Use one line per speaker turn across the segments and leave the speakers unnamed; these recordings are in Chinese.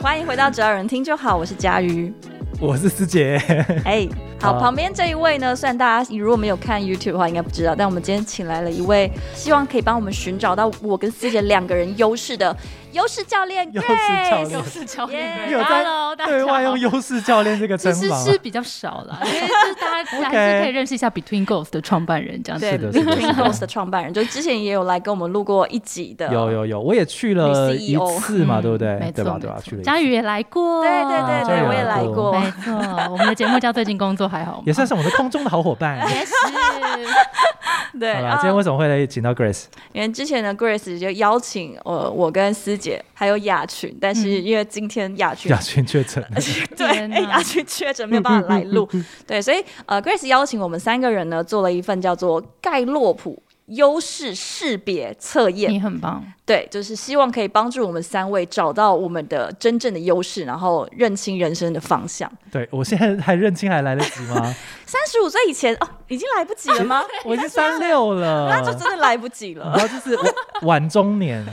欢迎回到只要有人听就好，我是佳 瑜。
我是师姐，
哎、好，
好啊
旁边这一位呢，虽然大家如果没有看 YouTube 的话，应该不知道，但我们今天请来了一位，希望可以帮我们寻找到我跟思姐两个人优势的优势教练
优势教
Grace。
练
又是教练
耶
你有在
Hello，大家
对外用
好。
优势教练这个
其
称
实
号，
是比较少了，因为就是大家还是可以认识一下 Between Goals 的创办人这样子。
对
是的是的
，Between
是的
Host 的创办人，就之前也有来跟我们录过一集的，
有有有，我也去了
你
一
CEO
次嘛，
嗯
对不对？
没
对
错，
吧？
没
对吧？
错
去了一
佳
次，
宇也来过，
对对对
佳
对，
宇
我也来
来
过
过，
没错，我们的节目叫《最近工作还好吗
也》。算是我们的空中的好伙伴。
也是，
对，
好了，
啊
今天为什么会请到 Grace？
因为之前的 Grace 就邀请呃我跟思姐还有雅群，但
嗯
是因为今天雅群、
亚军啊确 诊，
对
天哪
雅群确诊没有办法来 录，对，所以呃 Grace 邀请我们三个人呢做了一份叫做盖洛普。优势识别测验
你，很棒，
对，就是希望可以帮助我们三位找到我们的真正的优势，然后认清人生的方向。
对我现在还认清还来得及 吗？
三十五岁以前哦，已经来不及了吗？
我已经三六了，
那就真的来不及了
然。后就是我晚中 年，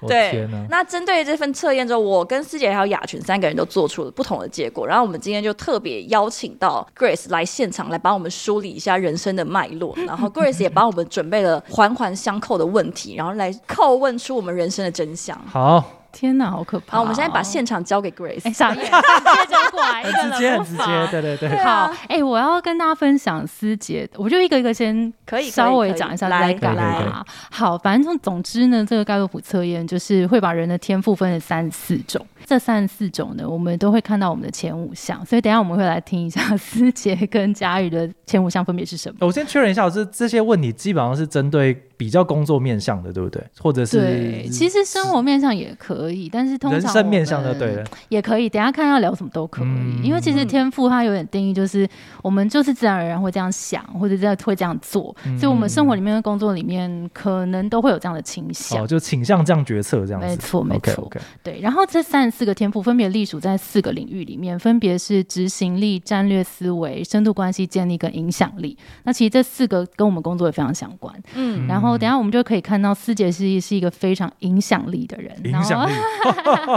我
对
天哪，！
那针对这份测验之后，我跟师姐还有雅群三个人都做出了不同的结果。然后我们今天就特别邀请到 Grace 来现场来帮我们梳理一下人生的脉络，然 后 Grace 也帮我们准备了环环相扣的问题，然后来叩问出我们人生的真相。
好，
天哪，好可怕哦！
好，我们现在把现场交给 Grace。
哎，傻眼，直接走过来，
很
一个
哎直接，
人
很
无
直
法
接，对对对，
啊
好，哎、我要跟大家分享思杰，我就一个一个先
可以可以
稍微
可以
讲一下
来
在干
可以可以
嘛。啊好，反正总之呢，这个盖洛普测验就是会把人的天赋分成三十四种，这三十四种呢，我们都会看到我们的前五项，所以等一下我们会来听一下思杰跟佳宇的前五项分别是什么。
我先确认一下，这这些问题基本上是针对比较工作面向的，对不对？或者是
对，其实生活面向也可以，但是通常
人生面向
我
的，
们
对了，
也可以，等一下看要聊什么都可以。
嗯
因为其实天赋它有点定义，就是我们就是自然而然会这样想，或者这样会这样做，
嗯
所以我们生活里面跟工作里面可能都会有这样的倾向。
哦，就倾向这样决策这样子，
没错，没
OK
错
OK，
对。然后这三十四个天赋分别隶属在四个领域里面，分别是执行力、战略思维、深度关系建立跟影响力。那其实这四个跟我们工作也非常相关。
嗯，
然后等一下我们就可以看到，思杰是是一个非常影响力的人，
影响力，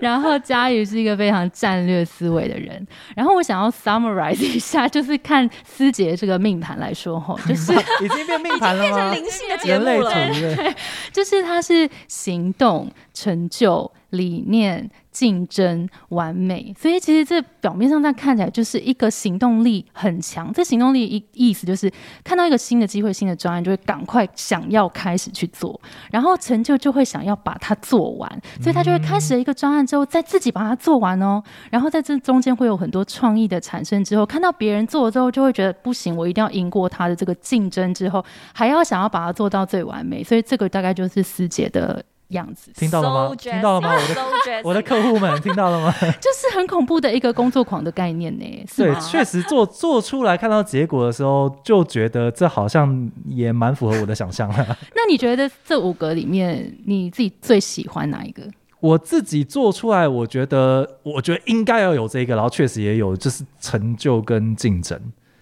然后佳宇是一个非常战略思维的人，然后我想要 summarize 一下，就是看思杰这个命盘来说吼，就是
已经变命盘了吗？
哎灵性的节
人
目
类图
了，
对不对
就是他是行动、成就、理念、竞争、完美，所以其实这表面上这样看起来就是一个行动力很强。这行动力意意思就是看到一个新的机会、新的专案，就会赶快想要开始去做，然后成就就会想要把它做完，所以他就会开始了一个专案之后，再自己把它做完哦。然后在这中间会有很多创意的产生，之后看到别人做了之后，就会觉得不行，我一定要赢过他的这个竞争，之后还要想要把它做到最完美，所以这个大概就是师姐的样 子，
听到了吗？听到了
哦
吗？我的
的
我的客户 们听到了吗？
就是很恐怖的一个工作狂的概念呢，是
对，
吗？
确实做做出来看到结果的时候，就觉得这好像也蛮符合我的想象了。
那你觉得这五个里面，你自己最喜欢哪一个？
我自己做出来，我觉得我觉得应该要有这个，然后确实也有，就是成就跟竞争。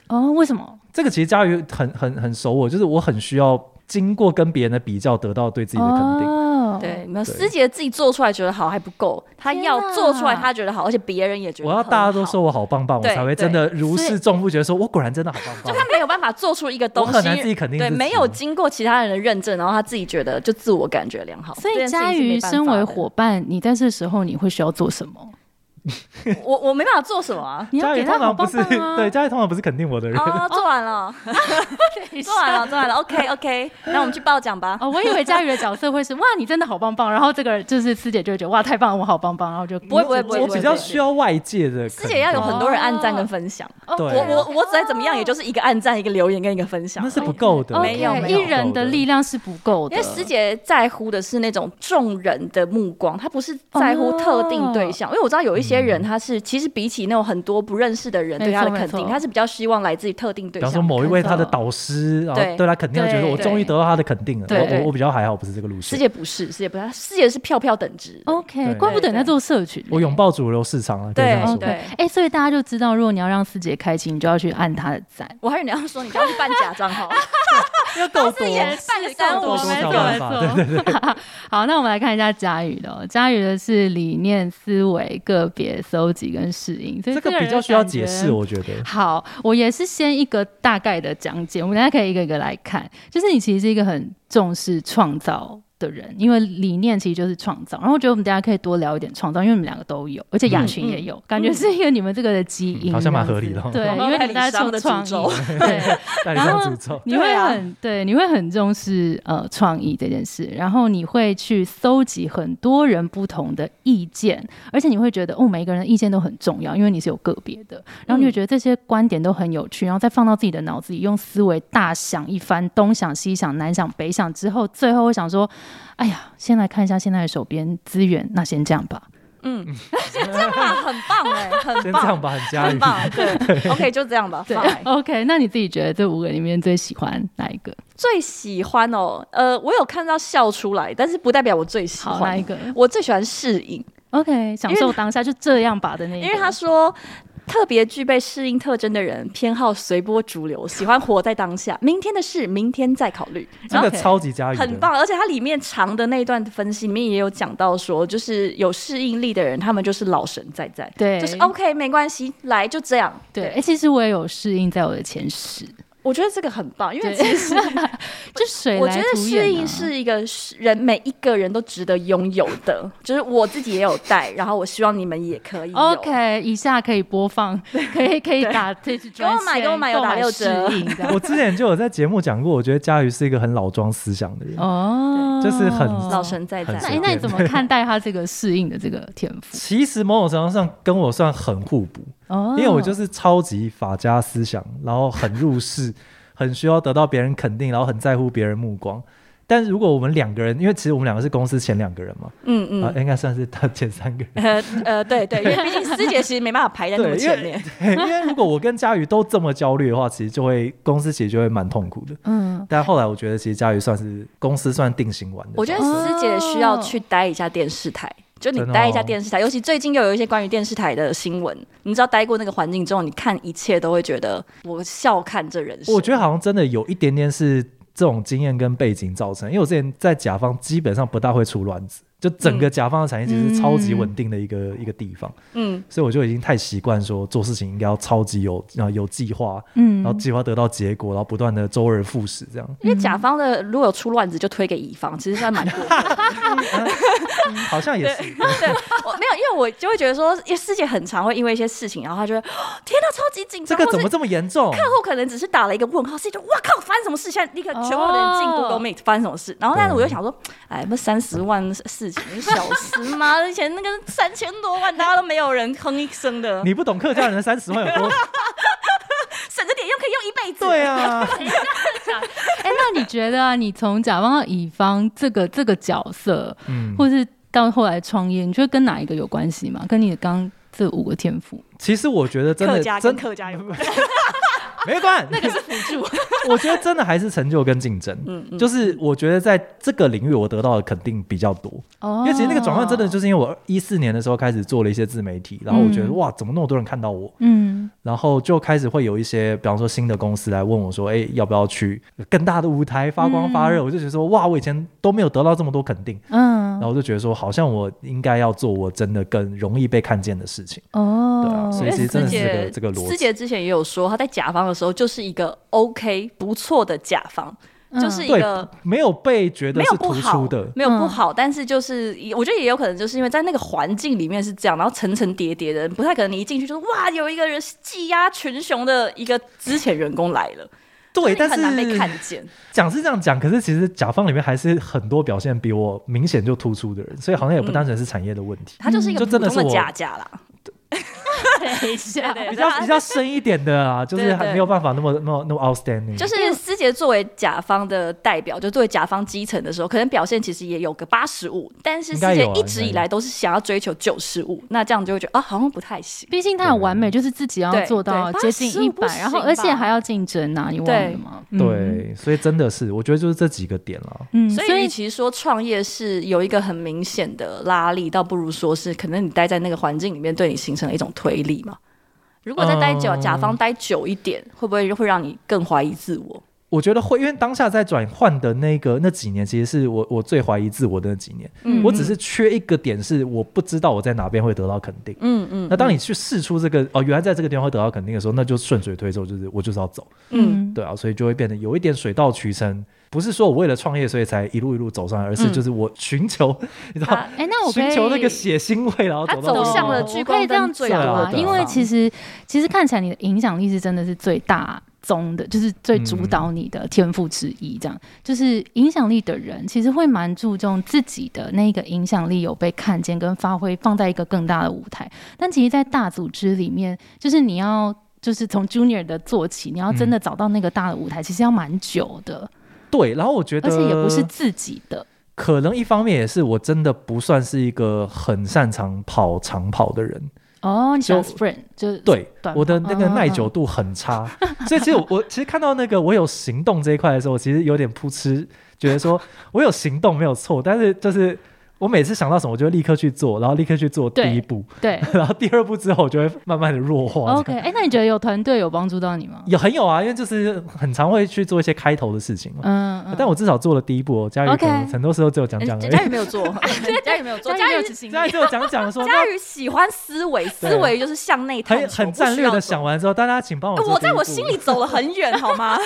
哦，为什么？
这个其实佳宇很很很熟我，就是我很需要经过跟别人的比较，得到对自己的肯定。
哦，
对，没有
对
师姐自己做出来觉得好还不够，她
天
要做出来
哪
她觉得好，而且别人也觉得
我要
很
大家都
好
说我好棒棒，我
对
才会真的如释重负，觉得说我果然真的好棒棒。
他没有办法做出一个东
我
西，
很难自己肯定
对，
自己
没有经过其他人的认证，然后他自己觉得就自我感觉良好。
所
这
以
件事
佳
情是
瑜
没办法
身为
的，
伙伴，你在这时候你会需要做什么？。
我我没办法做什么啊
你要
佳宇
给他
通
好
常不
棒
是、
棒 啊！
对，佳宇通常不是肯定我的人，
哦，做完了，
对
做完了，做完了。OK OK，那我们去报奖吧。
哦，我以为佳宇的角色会是哇，你真的好棒棒，然后这个就是师姐就会觉得哇，太棒了，我好棒棒，然后就
不会不会不会
我比较需要外界的肯定。
师姐要有很多人按赞跟分享，
哦
对
我我我只再怎么样，也就是一个按赞、一个留言跟一个分享
那。是不够的，
哦 OK，
没有没有
一人的力量是不够的，
因为师姐
哦
在乎的是那种众人的目光，她不是在乎特定对象。因为我知道有一些些人他是其实比起那种很多不认识的人
嗯没
对他的
错没
肯定，
错
他是比较希望来自于特定
比
对
方说
象。
某一位他的
看到
导师，然后
对
对他肯定会觉得
对
我终于
对
得到他的肯定了。
对
我
对
我我比较还好，不是这个路
师
线。
姐不是，师姐不是，她师姐是票票等值的。
对
OK，怪不得你在做社群、
我拥。抱主流市场了，啊可以这样
对
说。
对，
哎、所以大家就知道，如果你要让四姐开心，你就要去按她的赞。
我还以为你要说你不要去办假账 号，
要够
师姐办个三五
多
哦我
多
没
少
错
办
没
法
错，好，那我们来看一下佳宇的、哦，佳宇的是理念、思维、个别搜集跟适应，所以
这个
人
比较
的
需要
感
解
觉
释，我觉得。
好，我也是先一个大概的讲解，我们大家可以一个一个来看。就是你其实是一个很重视创造的人，因为理念其实就是创造。然后我觉得我们大家可以多聊一点创造，因为你们两个都有，而且雅群也有，感觉是一个你们这个的基因这样子、
嗯好像蛮合理的哦
对，
好
因为你们大家
像
做
理
创
想的诅
意，对。
带你
然
上
后
诅咒。
你会
对啊
很对，你会很重视呃创意这件事，然后你会去搜集很多人不同的意见，而且你会觉得哦，每一个人的意见都很重要，因为你是有个别的，然后
嗯
你会觉得这些观点都很有趣，然后再放到自己的脑子里，用思维大想一番，东想西想，南想北想之后，最后会想说，哎呀，先来看一下现在的手边资源，那先这样吧。
哇，很棒哎，很
先这
棒，
样吧，很加
很
语。
棒，对，OK，就这样吧
对
，fine。
，OK，那你自己觉得这五个里面最喜欢哪一个？
最喜欢哦，呃，我有看到笑出来，但是不代表我最喜
好，哪
欢
一。个
我最喜欢适应，
？OK，享
因为
受当下就这样吧的那一个，
因为他说。特别具备适应特征的人，偏好随波逐流，喜欢活在当下。明天的事，明天再考虑。
这个
OK
超级加语的
很 棒，而且它里面长的那一段分析里面也有讲到说，就是有适应力的人，他们就是老神在在，
对，
就是哦 OK 没关系，来就这样。
对，哎、其实我也有适应在我的前十，
我觉得这个很棒，因为
对
其 实
就水
我
来
觉得
土掩啊
适应是一个人每一个人都值得拥有的，就是我自己也有带，然后我希望你们也可以有
OK，以下可以播放，可以可以打这支
给我买
专线
给我买有
购
打六折
适应 这样
我之前就有在节目讲过，我觉得佳瑜是一个很老庄思想的人。
哦，
就是很
老。神在在
很
那、
随
诶
便
那你怎么看待他这个适应的这个天赋？
其实某种程度上跟我算很互补，
哦，
因为我就是是超级法家思想，然后很入世， 很需要得到别人肯定，然后很在乎别人目光。但如果我们两个人，因为其实我们两个是公司前两个人嘛，
嗯
啊、
嗯。
应该算是他前三个人。
呃 呃，对对，因为毕竟师姐其实没办法排在那么
对，因
前
为
面，
对因为如果我跟佳瑜都这么焦虑的话，其实就会公司其实就会蛮痛苦的。
嗯，
但后来我觉得，其实佳瑜算是公司算定型完的。
我觉得师姐需要去待一下电视台，就你
真的
待一下
哦
电视台，尤其最近又有一些关于电视台的新闻，你知道待过那个环境之后，你看一切都会觉得我笑看这人生。
我觉得好像真的有一点点是这种经验跟背景造成，因为我之前在甲方基本上不大会出乱子，就整个甲方的产业其实是超级稳定的一个、一个地方，
嗯，
所以我就已经太习惯说做事情应该要超级有然后有计划，
嗯
然后计划得到结果，然后不断的周而复始这样，
因为甲方的如果有出乱子就推给乙方，其实算蛮过分的。 嗯
好像也是。
我没有，因为我就会觉得说，因为师姐很常会因为一些事情，然后她就会哦天哪，超级紧
这
张，
个
或
怎么
是
这么严重？
客户可能只是打了一个问号，是就哇靠，发生什么事？现在立刻
哦
全部的人进 Google Meet，发生什么事？然后，但是
对
我就想说，哎，那三十万事情，你小事吗？以前那个三千多万，大家都没有人哼一声的，
你不懂客家人的三十万有 多？
省着点用可以用一辈子。
对啊，
哎、那你觉得啊，你从甲方到乙方这个这个角色，
嗯，
或是到后来创业，你觉得跟哪一个有关系吗？跟你刚这五个天赋？
其实我觉得真
客
的
家
真
跟客家有关，
没关，那个是辅助。 我觉得真的还是成就跟竞争，
嗯嗯
就是我觉得在这个领域我得到的肯定比较多，
哦
因为其实那个转换真的就是因为我一四年的时候开始做了一些自媒体，然后我觉得
嗯
哇，怎么那么多人看到我，
嗯，
然后就开始会有一些，比方说新的公司来问我说，哎，要不要去更大的舞台发光发
嗯
热？我就觉得说哇，我以前都没有得到这么多肯定，
嗯
然，后我就觉得说好像我应该要做我真的更容易被看见的事情。
哦，
对啊所以
因
其
为
实真
师
的是这
姐
个这个逻辑
师姐之前也有说，她在甲方的时候就是一个 OK 不错的甲方，
嗯
就是一
对
个。，
没有被觉得
没有
是
不
突
好
出的，。
没有不好，但是就是也我觉得也有可能就是因为在那个环境里面是这样，然后层层叠叠的，不太可能你一进去就是哇，有一个人技压群雄的一个之前员工来了，
对，但
你很难被
是
看见。
讲是这样讲，可是其实甲方里面还是很多表现比我明显就突出的人，所以好像也不单纯是产业的问题。
他就是一个
嗯就
普
真的
通的
是我
假假啦，
等一下
对
比较
对
比较深一点的啊，就
嗯
是啊
对
还
对
没有办法那么那么那么 outstanding。
就是师思杰作为甲方的代表，就作为甲方基层的时候，可能表现其实也有个八十五，但是思
应该
杰
有啊
一直以来都是想要追求九十五，那这样就会觉得啊，好像不太行。
毕竟他
啊
很完美，就是自己要
对
做到
对
接近一
85不
百，
行
然后而且
吧
还要竞争啊，你忘了
对
吗？嗯，
对，所以真的是，我觉得就是这几个点啦。
嗯，
所以，与其说创业是有一个很明显的拉力，倒不如说是可能你待在那个环境里面，对你形成了一种推力嘛。如果再待久，
嗯
甲方待久一点，会不会会让你更怀疑自我？
我觉得会，因为当下在转换的那个那几年，其实是我我最怀疑自我的那几年。
嗯
我只是缺一个点，是我不知道我在哪边会得到肯定。
嗯嗯
那当你去试出这个哦，原来在这个地方会得到肯定的时候，那就顺水推舟，就是我就是要走，
嗯，
对啊，所以就会变得有一点水到渠成。不是说我为了创业所以才一路一路走上来，而是
嗯
就是我寻求， 你知道，
他
哎、那我可
寻
以
求那个血腥味，然后
他
走
走
到这个
向
地
了
方
聚
我可以这样讲
对啊
啊，
对啊
因为其实其实看起来你的影响力是真的是最大宗的，就是最
嗯
主导你的天赋之一。这样、就是影响力的人，其实会蛮注重自己的那个影响力有被看见跟发挥，放在一个更大的舞台。但其实，在大组织里面，就是你要。就是从 junior 的做起，你要真
嗯
的找到那个大的舞台，其实要蛮久的，
对，然后我觉得，
而且也不是自己的。
可能一方面也是我真的不算是一个很擅长跑长跑的人，
哦，你喜欢
就
sprint 就是
对
短跑
我的那个
嗯嗯
耐
嗯
久度很差，所以其实我我 其实看到那个我有行动这一块的时候，我其实有点扑哧，觉得说我有行动没有错，但是就是我每次想到什么，我就立刻去做，然后立刻去做第一步，
对
然后第二步之后，我就会慢慢的弱化。
，OK，哎、那你觉得有团队有帮助到你吗？
有很有啊，因为就是很常会去做一些开头的事情嘛。
嗯，嗯
但我至少做了第一步哦，佳宇
OK
可能很多时候只有讲讲而
人
已
家，也没有做， 家也没有做，
家
家
里没有
也
执行力
佳宇只有讲讲说那
呃 佳宇喜欢思维，思维就是向内探
很
索
很战略的。想
不
完之后，大家请帮我
需要走哎
做
我在
第一
我
步
心里走了很远，好吗？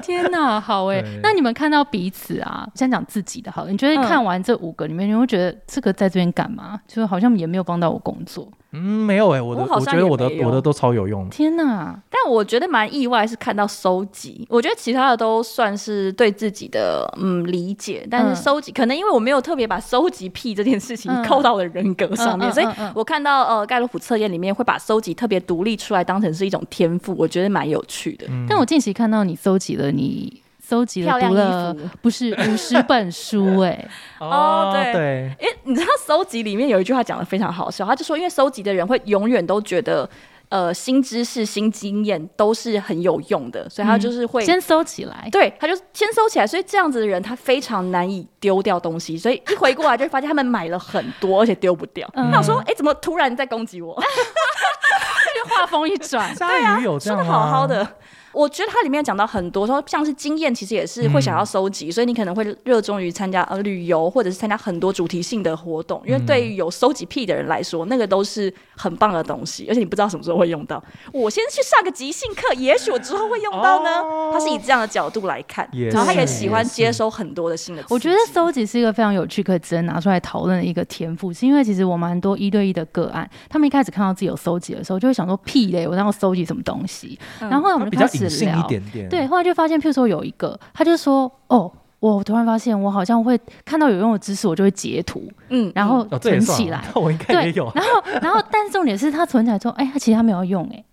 天哪，好哎、
对
那你们看到彼此啊，先讲自己的好了。你觉得
嗯
看完这五个里面，你会觉得这个在这边干嘛？就是好像也没有帮到我工作。
嗯，没有哎、我的
我好
觉
像
得
也
我的
没有
我的都超有用的。
天哪，
嗯
但我觉得蛮意外，是看到收集。我觉得其他的都算是对自己的嗯理解，但是收集、可能因为我没有特别把收集癖这件事情
嗯
扣到我的人格上面，
嗯嗯
所以
嗯嗯
我看到呃盖洛普测验里面会把收集特别独立出来，当成是一种天赋，我觉得蛮有趣的。
嗯
但我近期看到你搜集了你。搜集
漂
了
亮
读了
衣服
不是五十本书哎、
哦对
对，
因为你知道搜集里面有一句话讲的非常好笑，他就说，因为搜集的人会永远都觉得，呃，新知识、新经验都是很有用的，所以
嗯
他就是会。
先搜起来。
对，他就先收起来，所以这样子的人他非常难以丢掉东西，所以一回过来就会发现他们买了很多，而且丢不掉。
嗯
那我说，哎、怎么突然在攻击我？
话锋一转
鲨鱼有这
说
样啊
的
吗？
好好的。我觉得它里面讲到很多，说像是经验，其实也是会想要收集，所以你可能会热衷于参加呃旅游，或者是参加很多主题性的活动，
嗯
因为对于有收集癖的人来说，那个都是很棒的东西，而且你不知道什么时候会用到。
嗯
我先去上个即兴课，也许我之后会用到呢。
哦
他是以这样的角度来看，
也
然后他也
是
喜欢
也是
接收很多的新的刺激。
我觉得搜集是一个非常有趣可以值得拿出来讨论的一个天赋，是因为其实我蛮多一对一的个案，他们一开始看到自己有搜集的时候，就会想说屁嘞，我然后搜集什么东西？
嗯
然后后来我们
比较
就开
隐
始
性一
聊，
点嗯点。哦
对，，后来就发现，譬如说有一个，他就说哦。我突然发现，我好像会看到有用的知识，我就会截图，
嗯，
然后
哦，这也
存
算
起
啊
来。
那我应该也有啊。
然后，然后，但是重点是他存起来之后，哎、他其实他没有用、哎。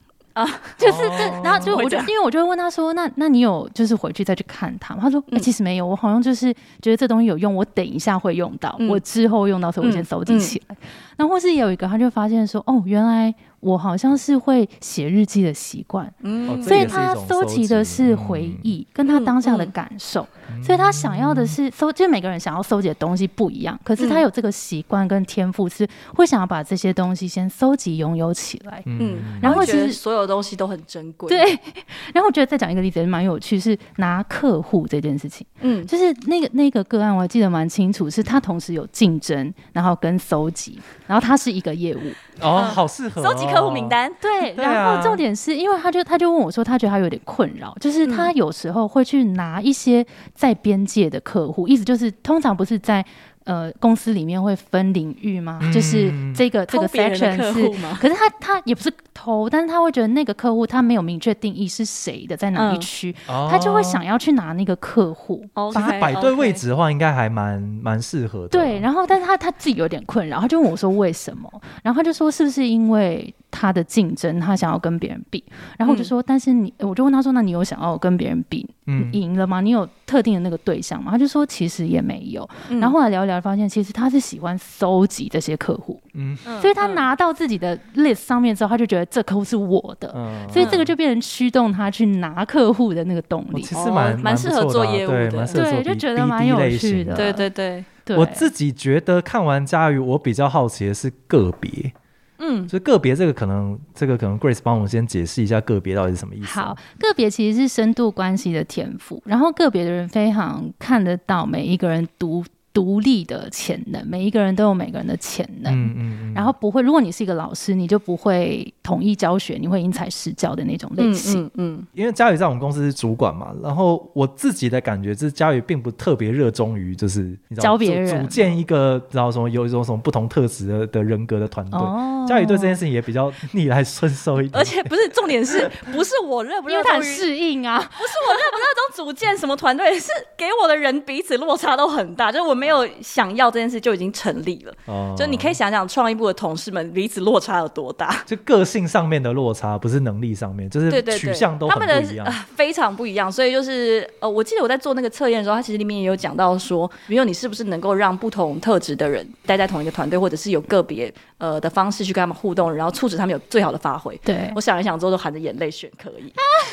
啊
就是
哦
这，然后就
会
我就
这
因
样
为我就会问他说，那那你有就是回去再去看它吗？他说、哎，
嗯
其实没有，我好像就是觉得这东西有用，我等一下会用到，
嗯
我之后用到，所以我先
嗯
收集起来。那、或是也有一个，他就发现说，哦，原来我好像是会写日记的习惯，
哦
嗯
这
所
也
以
是一
他
种
收
收
集的
集
是
嗯嗯
回忆、跟他
嗯
当下的
嗯
感受，所以他想要的是收，就是每个人想要收集的东西不一样，可是他
嗯
有这个习惯跟天赋，是会想要把这些东西先收集拥有起来。
嗯，
然
然
后
后觉得
是
所有东西都很珍贵。
对，， 然后我觉得再讲一个例子也蛮有趣，是拿客户这件事情，
嗯，
就是那个那个个案我还记得蛮清楚，是他同时有竞争，然后跟搜集，然后他是一个业务，
哦，
嗯
好适合
收集客户名
哦。
单，
对，
对
然
啊
后重点是因为他就他就问我说，他觉得他有点困扰，就是他
嗯
有时候会去拿一些在边界的客户，意思就是通常不是在。呃，公司里面会分领域吗？
嗯
就是这个这个
偷别人的
section
客
是
户吗？
可是他他也不是偷，但是他会觉得那个客户他没有明确定义是谁的，在哪一
嗯
区，
哦
他就会想要去拿那个客户。
其实
哦 OK，
摆对
OK
位置的话，应该还蛮蛮适合的。
对，然后但是他他自己有点困扰，他就问我说为什么？然后他就说是不是因为他的竞争，他想要跟别人比。然后我就说，但是你，我就问他说，那你有想要跟别人比
嗯
你赢了吗？你有特定的那个对象吗？他就说其实也没有。
嗯
嗯
然后后来聊一聊，发现其实他是喜欢搜集这些客户，
嗯
所以他拿到自己的 list 上面之后，他就觉得这客户是我的，
嗯，
呃所以这个就变成驱动他去拿客户的那个动
我
力。
其实
哦
蛮蛮
蛮
不
适合
错
做
啊
业务
对
的
蛮适合
对
做
就
B-
觉得
BD
蛮有
类
趣
型
的
对对对，
对，
我自己觉得看完佳瑜，我比较好奇的是个别，
嗯
就是个别这个可能，这个可能 Grace 帮我们先解释一下个别到底是什么意思。
好，，个别其实是深度关系的天赋，然后个别的人非常看得到每一个人独独立的潜能，每一个人都有每个人的潜能。
嗯嗯嗯，
然后不会，如果你是一个老师，你就不会统一教学，你会因材施教的那种类
嗯
型。
嗯嗯，
因为佳宇在我们公司是主管嘛，然后我自己的感觉是佳宇并不特别热衷于就是你知道
教别
组
人
组建一个然后什么有一种什么不同特质的的人格的团队。
哦
佳宇嗯对这件事情也比较逆来顺受一点，
而且不是重点 是，不是我热不
因
热
为他
衷
很
于，
适应啊，
不是我热不热衷组建什么团队，是给我的人彼此落差都很大，就是我没有想要这件事就已经成立了。
哦
就你可以想想，创意部的同事们彼此落差有多大？
就个性上面的落差，不是能力上面，就是
对对
取
对，
向都
他
很
们
不一
的、
样
呃。、 非常不一样，所以就是呃，我记得我在做那个测验的时候，它其实里面也有讲到说，比如你是不是能够让不同特质的人待在同一个团队，或者是有个别呃的方式去跟他们互动，然后促使他们有最好的发挥。
对
我想一想之后，都含着眼泪选可以，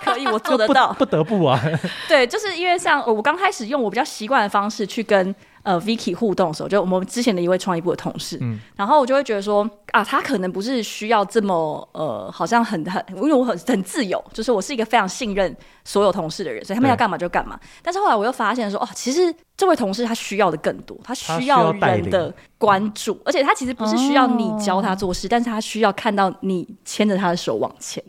可以，我做得
不
到。
不得不啊，
对，就是因为像呃我刚开始用我比较习惯的方式去跟呃 Vicky 互动的时候，就我们之前的一位创意部的同事，
嗯
然后我就会觉得说啊，他可能不是需要这么呃，好像很很，因为我很很自由，就是我是一个非常信任所有同事的人，所以他们
对
要干嘛就干嘛。但是后来我又发现说，哦，其实这位同事他需要的更多，他
他需
需
要
要
带
人
领
的关注，而且他其实不是需要你
哦
教他做事，但是他需要看到你牵着他的手往前。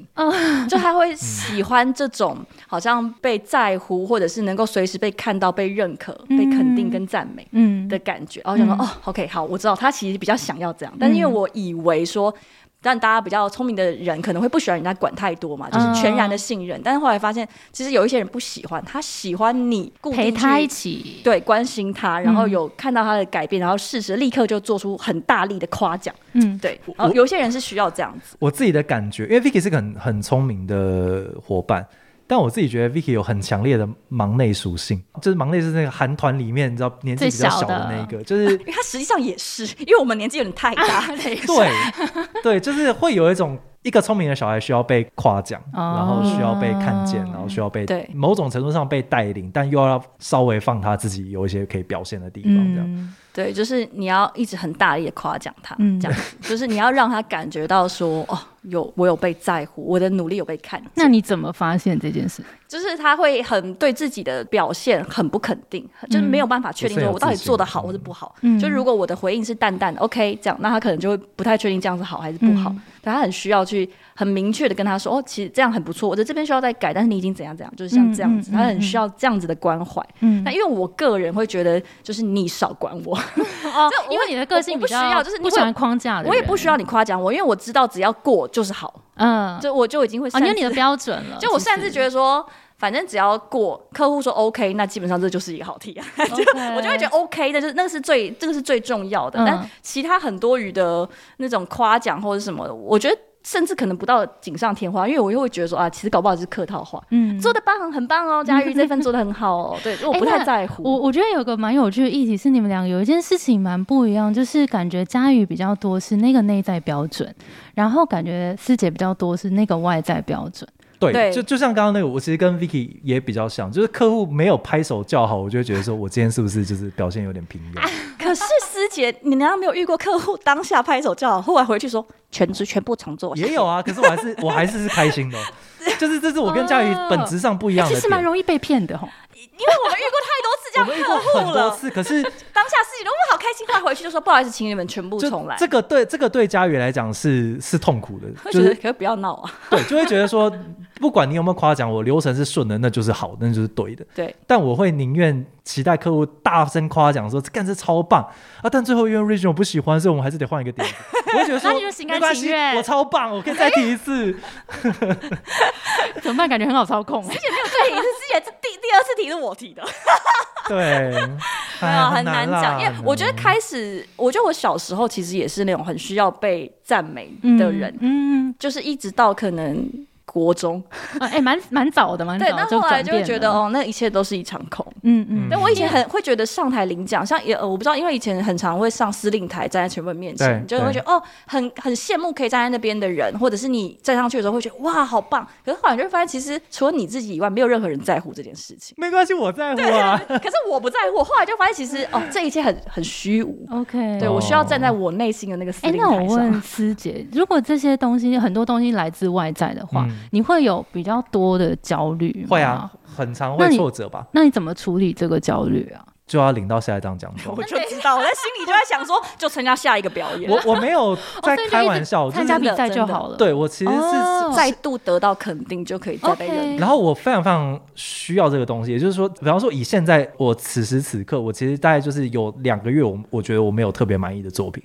就他会喜欢这种好像被在乎，或者是能够随时被看到、被认可、
嗯
被肯定跟赞美
嗯
的感觉。然后想说，
嗯
哦，OK，好，我知道他其实比较想要这样，但是因为我以为说。但大家比较聪明的人可能会不喜欢人家管太多嘛，
嗯
就是全然的信任。但是后来发现，其实有一些人不喜欢，他喜欢你固定
陪他
去
一起，
对关心他，然后
嗯
有看到他的改变，然后适时立刻就做出很大力的夸奖。
嗯，
对，然后有些人是需要这样子。
我自己的感觉，因为 Vicky 是个很很聪明的伙伴，但我自己觉得 Vicky 有很强烈的忙内属性，就是忙内是那个韩团里面你知道年纪比较
最
小
小的
的那一个，就是
因为他实际上也是，因为我们年纪有点太
啊
大，
对 对，就是会有一种一个聪明的小孩需要被夸奖，
哦
然后需要被看见，然后需要被
对
某种程度上被带领，但又要稍微放他自己有一些可以表现的地方，这样。
嗯，
对，就是你要一直很大力的夸奖他，
嗯
这样子，就是你要让他感觉到说，哦，有我有被在乎，我的努力有被看见。
那你怎么发现这件事？
就是他会很对自己的表现很不肯定，就是没有办法确定说我到底做得好或是不好。
嗯
就如果我的回应是淡淡的 OK 这样，那他可能就会不太确定这样是好还是不好。
嗯
对他很需要去很明确的跟他说，哦，其实这样很不错，我的这边需要再改，但是你已经怎样怎样，就是像这样子，
嗯嗯
他很需要这样子的关怀。
嗯
那因为我个人会觉得，就是你少管我。
哦
这我
因为你的个性
我不
比较
需要就是你
不
会
喜欢框架的人，
我也不需要你夸奖我，因为我知道只要过就是好，
嗯，
就我就已经会
哦，
擅
你
自、
有你的标准了，
就我擅自觉
得
得说，反正只要过，客户说 OK，那基本上这就是一个好提案，我就会觉得 OK 的，就是那个是最这个是最重要的。
嗯
但其他很多余的那种夸奖或者什么，我觉得甚至可能不到锦上添花，因为我又会觉得说啊，其实搞不好是客套话。
嗯
做的棒，很棒哦，佳玉这份做的很好哦。对，我不
哎
太
那
在乎。
我我觉得有个蛮有趣的议题是，你们两个有一件事情蛮不一样，就是感觉佳宇比较多是那个内在标准，然后感觉师姐比较多是那个外在标准。
对，
对
就就像刚刚那个，我其实跟 Vicky 也比较像，就是客户没有拍手叫好，我就会觉得说我今天是不是就是表现有点平庸。
可是师姐，你难道没有遇过客户当下拍手叫好，后来回去说全职全部重做？
也有啊，可是我还是我还是是开 心的哦，就是这是我跟佳宇
哦
本质上不一样
哎
其
的
实蛮
点。
容易被 骗的吼。
因为我们遇过太多次这
我
样
们遇过
客
很
户
多
了，
次，可是
当下事情都我们好开心，后来回去就说 不好意思，请你们全部
就
重来。
这个对这个对佳宇来讲是是痛苦的，
会
就
觉得
是
可不要闹啊，
对，就会觉得说，不管你有没有夸奖我，流程是顺的，那就是好的，那就是 对的。
对，
但我会宁愿期待客户大声夸奖说干这超棒啊，但最后因为 region 我不喜欢，所以我们还是得换一个点子。我会觉得说
那你就心甘
没关系
情愿
我超棒，我可以再提一次。
怎么办？
啊
感觉很好操控、欸。
没有对，你是之前这第第二次题是我提的，
对，
没有啊很难
难啦
讲，因为
哎很难
我觉得开始，我觉得我小时候其实也是那种很需要被赞美的人，
嗯，嗯
就是一直到可能国中，
啊哎，蛮蛮早的，蛮
对，
早
那后来
转
就会
变
觉得
了，
哦，那一切都是一场空。
嗯嗯，
但我以前很会觉得上台领奖，像也、呃、我不知道，因为以前很常会上司令台站在全部人面前，
对。
你就会觉得哦，很很羡慕可以站在那边的人，或者是你站上去的时候会觉得哇，好棒。可是后来就会发现，其实除了你自己以外，没有任何人在乎这件事情
没关系，我在乎啊。
可是我不在乎，后来就发现其实哦，这一切很很虚无。
OK，
对
哦
我需要站在我内心的那个司
哎、
令
那我
台上。
问师姐，如果这些东西很多东西来自外在的话，
嗯
你会有比较多的焦虑吗
会啊，，很常
那
会
你
挫折吧，
那你怎么处理这个焦虑啊？
就要领到下一张奖 状
我。就知道，我在心里就在想说，就参加下一个表演，
我我没有在开玩笑，
哦
我
所
就是
以就一直参加比
真的
赛就
真的
好了。
对我其实是
哦
再度得到肯定就可以再被认可。
，OK，
然
后
后我非常非常需要这个东西，也就是说，比方说以现在我此时此刻，我其实大概就是有两个月我，我觉得我没有特别满意的作品，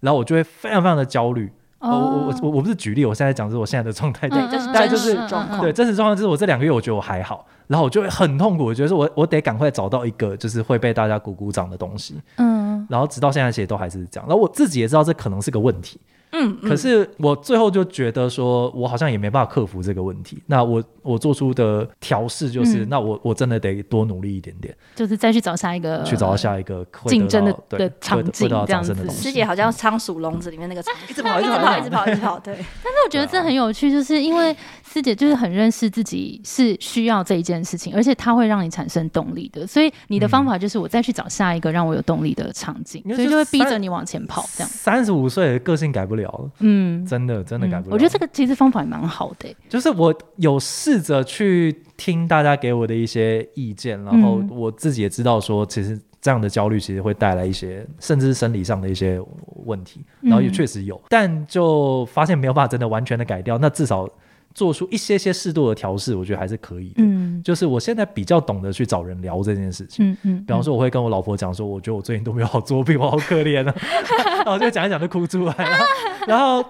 然后我就会非常非常的焦虑。哦、我我我我不是举例，我现在讲的是我现在的状态，
对
对
嗯
这是
大概
真
就
实
是
状况。
对，真实状况就是我这两个月我觉得我还好，然后我就会很痛苦，我觉得说我我得赶快找到一个就是会被大家鼓鼓掌的东西，
嗯，
然后直到现在其实都还是这样，然后我自己也知道这可能是个问题，
嗯，嗯
可是我最后就觉得说，我好像也没办法克服这个问题。那我我做出的调试就是，
嗯
那我我真的得多努力一点点，
就是再去找下一个
去找到下一个会
呃竞
得
争的
到对
的
会
场
得
景
会得到
这
掌
样
声的
子
东西。
师姐好像仓鼠笼子里面那个仓鼠，一直
跑
一直
一
跑，
直跑
啊一直跑，一直 跑，对，
但是我觉得这很有趣，就是因为师姐就是很认识自己是需要这一件事情，而且它会让你产生动力的。所以你的方法就是我再去找下一个让我有动力的场景，
因为
所以
嗯就
就会逼
三
着你往前跑，这样。
三十五岁的个性改不了了，
嗯，
真的真的改不了
嗯我觉得这个其实方法也蛮好的欸、
就是我有试着去听大家给我的一些意见，然后
嗯
我自己也知道说，其实这样的焦虑其实会带来一些甚至是生理上的一些问题，
嗯
然后也确实有，但就发现没有办法真的完全的改掉，那至少做出一些些适度的调试，我觉得还是可以的。
嗯
就是我现在比较懂得去找人聊这件事情。
嗯嗯，
比方说，我会跟我老婆讲说，我觉得我最近都没有好作品，我好可怜啊， 然后就讲一讲就哭出来，然后，然后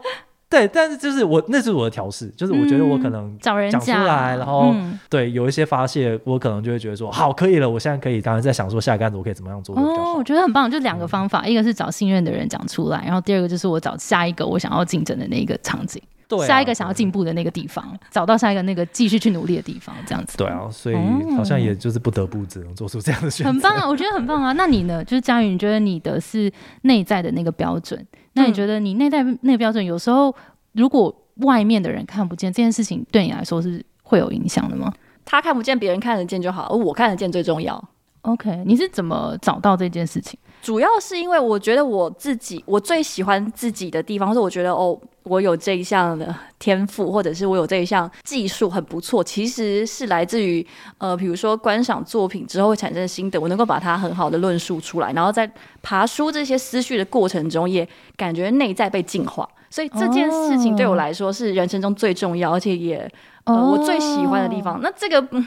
对，但是就是我那是我的调试，就是我觉得我可能
找人
讲出来，然后、
嗯
对有一些发泄，我可能就会觉得说好可以了，我现在可以，当然在想说下一个案子嗯我可以怎么样做的比较
哦，
好。
我觉得很棒，就两个方法，一个是找信任的人讲出来，然后第二个就是我找下一个我想要竞争的那个场景，
对啊，
下一个想要
对
进步的那个地方，找到下一个那个继续去努力的地方，这样子。
对啊，所以
哦
好像也就是不得不只能做出这样的选择。
很棒啊，我觉得很棒啊。那你呢？就是佳宇，你觉得你的是内在的那个标准？那你觉得你内在那个标准，有时候如果外面的人看不见这件事情，对你来说是会有影响的吗
他看不见，别人看得见就好，而我看得见最重要。
？OK，你是怎么找到这件事情？
主要是因为我觉得我自己，我最喜欢自己的地方，或者我觉得哦，我有这一项的天赋，或者是我有这一项技术很不错，其实是来自于呃，比如说观赏作品之后会产生的心得，我能够把它很好的论述出来，然后在爬书这些思绪的过程中，也感觉内在被净化。所以这件事情
哦
对我来说是人生中最重要，而且也呃，我最喜欢的地
哦，
方。那这个、嗯、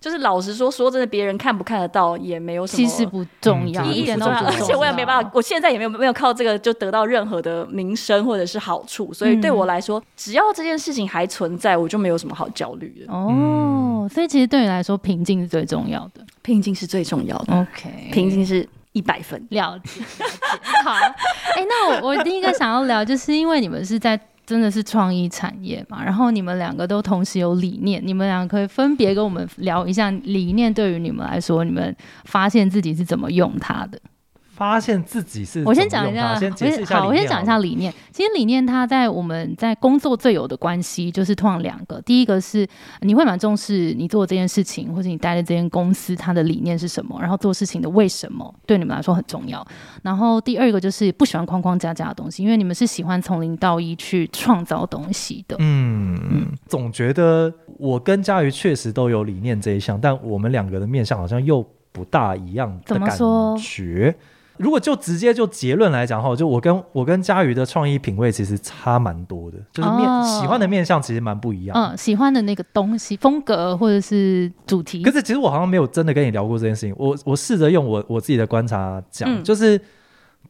就是老实说，说真的，别人看不看得到也没有什么
其实不重要，
嗯
意
一
义
点
不
都
重
不
要，
重要，
而且我也没办法，。我现在也没有没有靠这个就得到任何的名声或者是好处，所以对我来说，只要这件事情还存在，我就没有什么好焦虑的。
哦，所以其实对你来说，平静是最重要的。
平静是最重要的，
OK，
平静是一百分。
了解，了 解好，哎、那我我第一个想要聊，就是因为你们是在真的是创意产业嘛，然后你们两个都同时有理念，你们两个可以分别跟我们聊一下理念对于你们来说，你们发现自己是怎么用它的。
发现自己是
我先
怎么
讲一
用它
下，
先解释一下理念
好，
好了。
我先讲一下理念。其实理念它在我们在工作最有的关系就是通常两个，第一个是你会蛮重视你做这件事情，或者你待的这间公司它的理念是什么，然后做事情的为什么对你们来说很重要。然后第二个就是不喜欢框框架架的东西，因为你们是喜欢从零到一去创造东西的。
嗯，总觉得我跟佳瑜确实都有理念这一项，但我们两个的面向好像又不大一样的
怎么
感
说
觉。如果就直接就结论来讲哈，就我跟我跟佳瑜的创意品味其实差蛮多的，就是面、
哦
喜欢的面向其实蛮不一样的。
嗯，喜欢的那个东西、风格或者是主题
可，是其实我好像没有真的跟你聊过这件事情。我我试着用我我自己的观察讲，
嗯
就是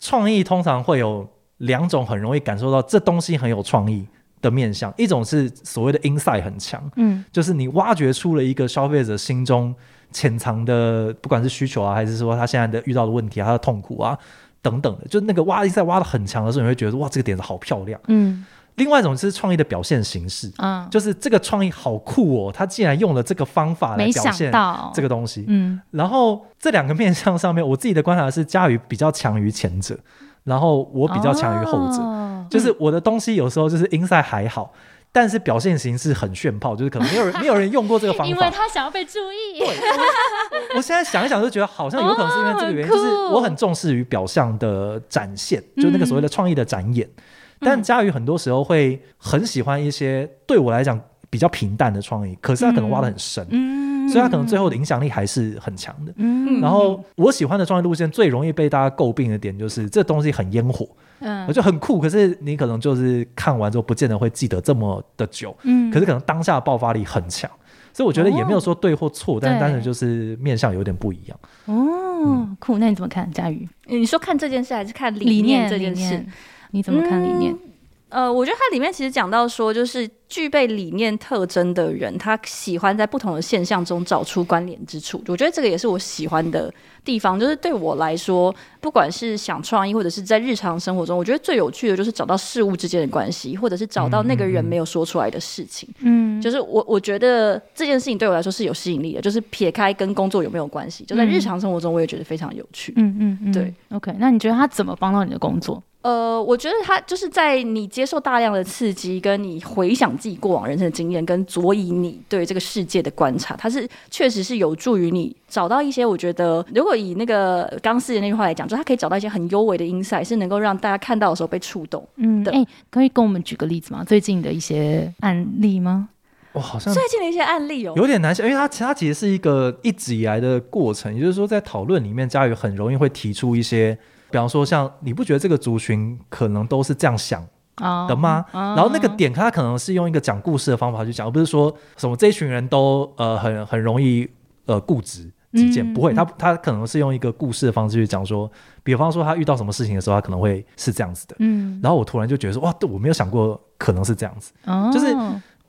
创意通常会有两种很容易感受到这东西很有创意的面向，一种是所谓的 insight 很强，
嗯
就是你挖掘出了一个消费者心中潜藏的，不管是需求啊，还是说他现在的遇到的问题啊，他的痛苦啊等等的，就那个挖一在挖的很强的时候，你会觉得哇，这个点子好哦漂亮。
嗯
另外一种是创意的表现形式，
啊，
就是这个创意好酷哦，他竟然用了这个方法来
没
表
想
现
到
这个东西。
嗯
然后这两个面向上面，我自己的观察是，佳宇比较强于前者，然后我比较强于后者。
哦
就是我的东西有时候就是 inside 还好，但是表现形式很炫炮，就是可能没有人没有人用过这个方
因为
法。
他想要被注意，
我现在想一想就觉得好像有可能是因为这个原因，
哦
就是
很酷嗯
我很重视于表象的展现，就是那个所谓的创意的展演。但佳宇很多时候会很喜欢一些对我来讲比较平淡的创意，可是他可能挖得很深，
嗯，
所以他可能最后的影响力还是很强的。
嗯，嗯
然后我喜欢的创意路线最容易被大家诟病的点就是这东西很烟火，
嗯
我就很酷，可是你可能就是看完之后不见得会记得这么的久，
嗯
可是可能当下的爆发力很强，所以我觉得也没有说对或错，但是
对
单纯就是面向有点不一样。
哦，酷，那你怎么看佳宇？
你说看这件事还是看
理念
这件
理
事
念？你怎么看理念？
呃，我觉得它里面其实讲到说，就是具备理念特征的人，他喜欢在不同的现象中找出关联之处。我觉得这个也是我喜欢的地方，就是对我来说，不管是想创意，或者是在日常生活中，我觉得最有趣的就是找到事物之间的关系，或者是找到那个人没有说出来的事情。
嗯，
就是我我觉得这件事情对我来说是有吸引力的，就是撇开跟工作有没有关系，就在日常生活中，我也觉得非常有趣。
嗯嗯嗯，
对。
OK，那你觉得他怎么帮到你的工作？
呃，我觉得他就是在你接受大量的刺激，跟你回想自己过往人生的经验，跟佐以你对这个世界的观察，它是确实是有助于你找到一些。我觉得，如果以那个刚四的那句话来讲，就他可以找到一些很优微的 insight，是能够让大家看到的时候被触动。
嗯，
对
哎、可以跟我们举个例子吗？最近的一些案例吗？
哇，好像
最近的一些案例哦，
有点难想，因为它其它其实是一个一直以来的过程，也就是说在讨论里面，佳宇很容易会提出一些，比方说像你不觉得这个族群可能都是这样想
啊、
的吗？
哦
然后那个点，他可能是用一个讲故事的方法去讲，而不是说什么这一群人都呃很很容易呃固执己见，
嗯
不会，
嗯
他他可能是用一个故事的方式去讲说，比方说他遇到什么事情的时候，他可能会是这样子的。
嗯，
然后我突然就觉得说，哇，对我没有想过可能是这样子。
哦
就是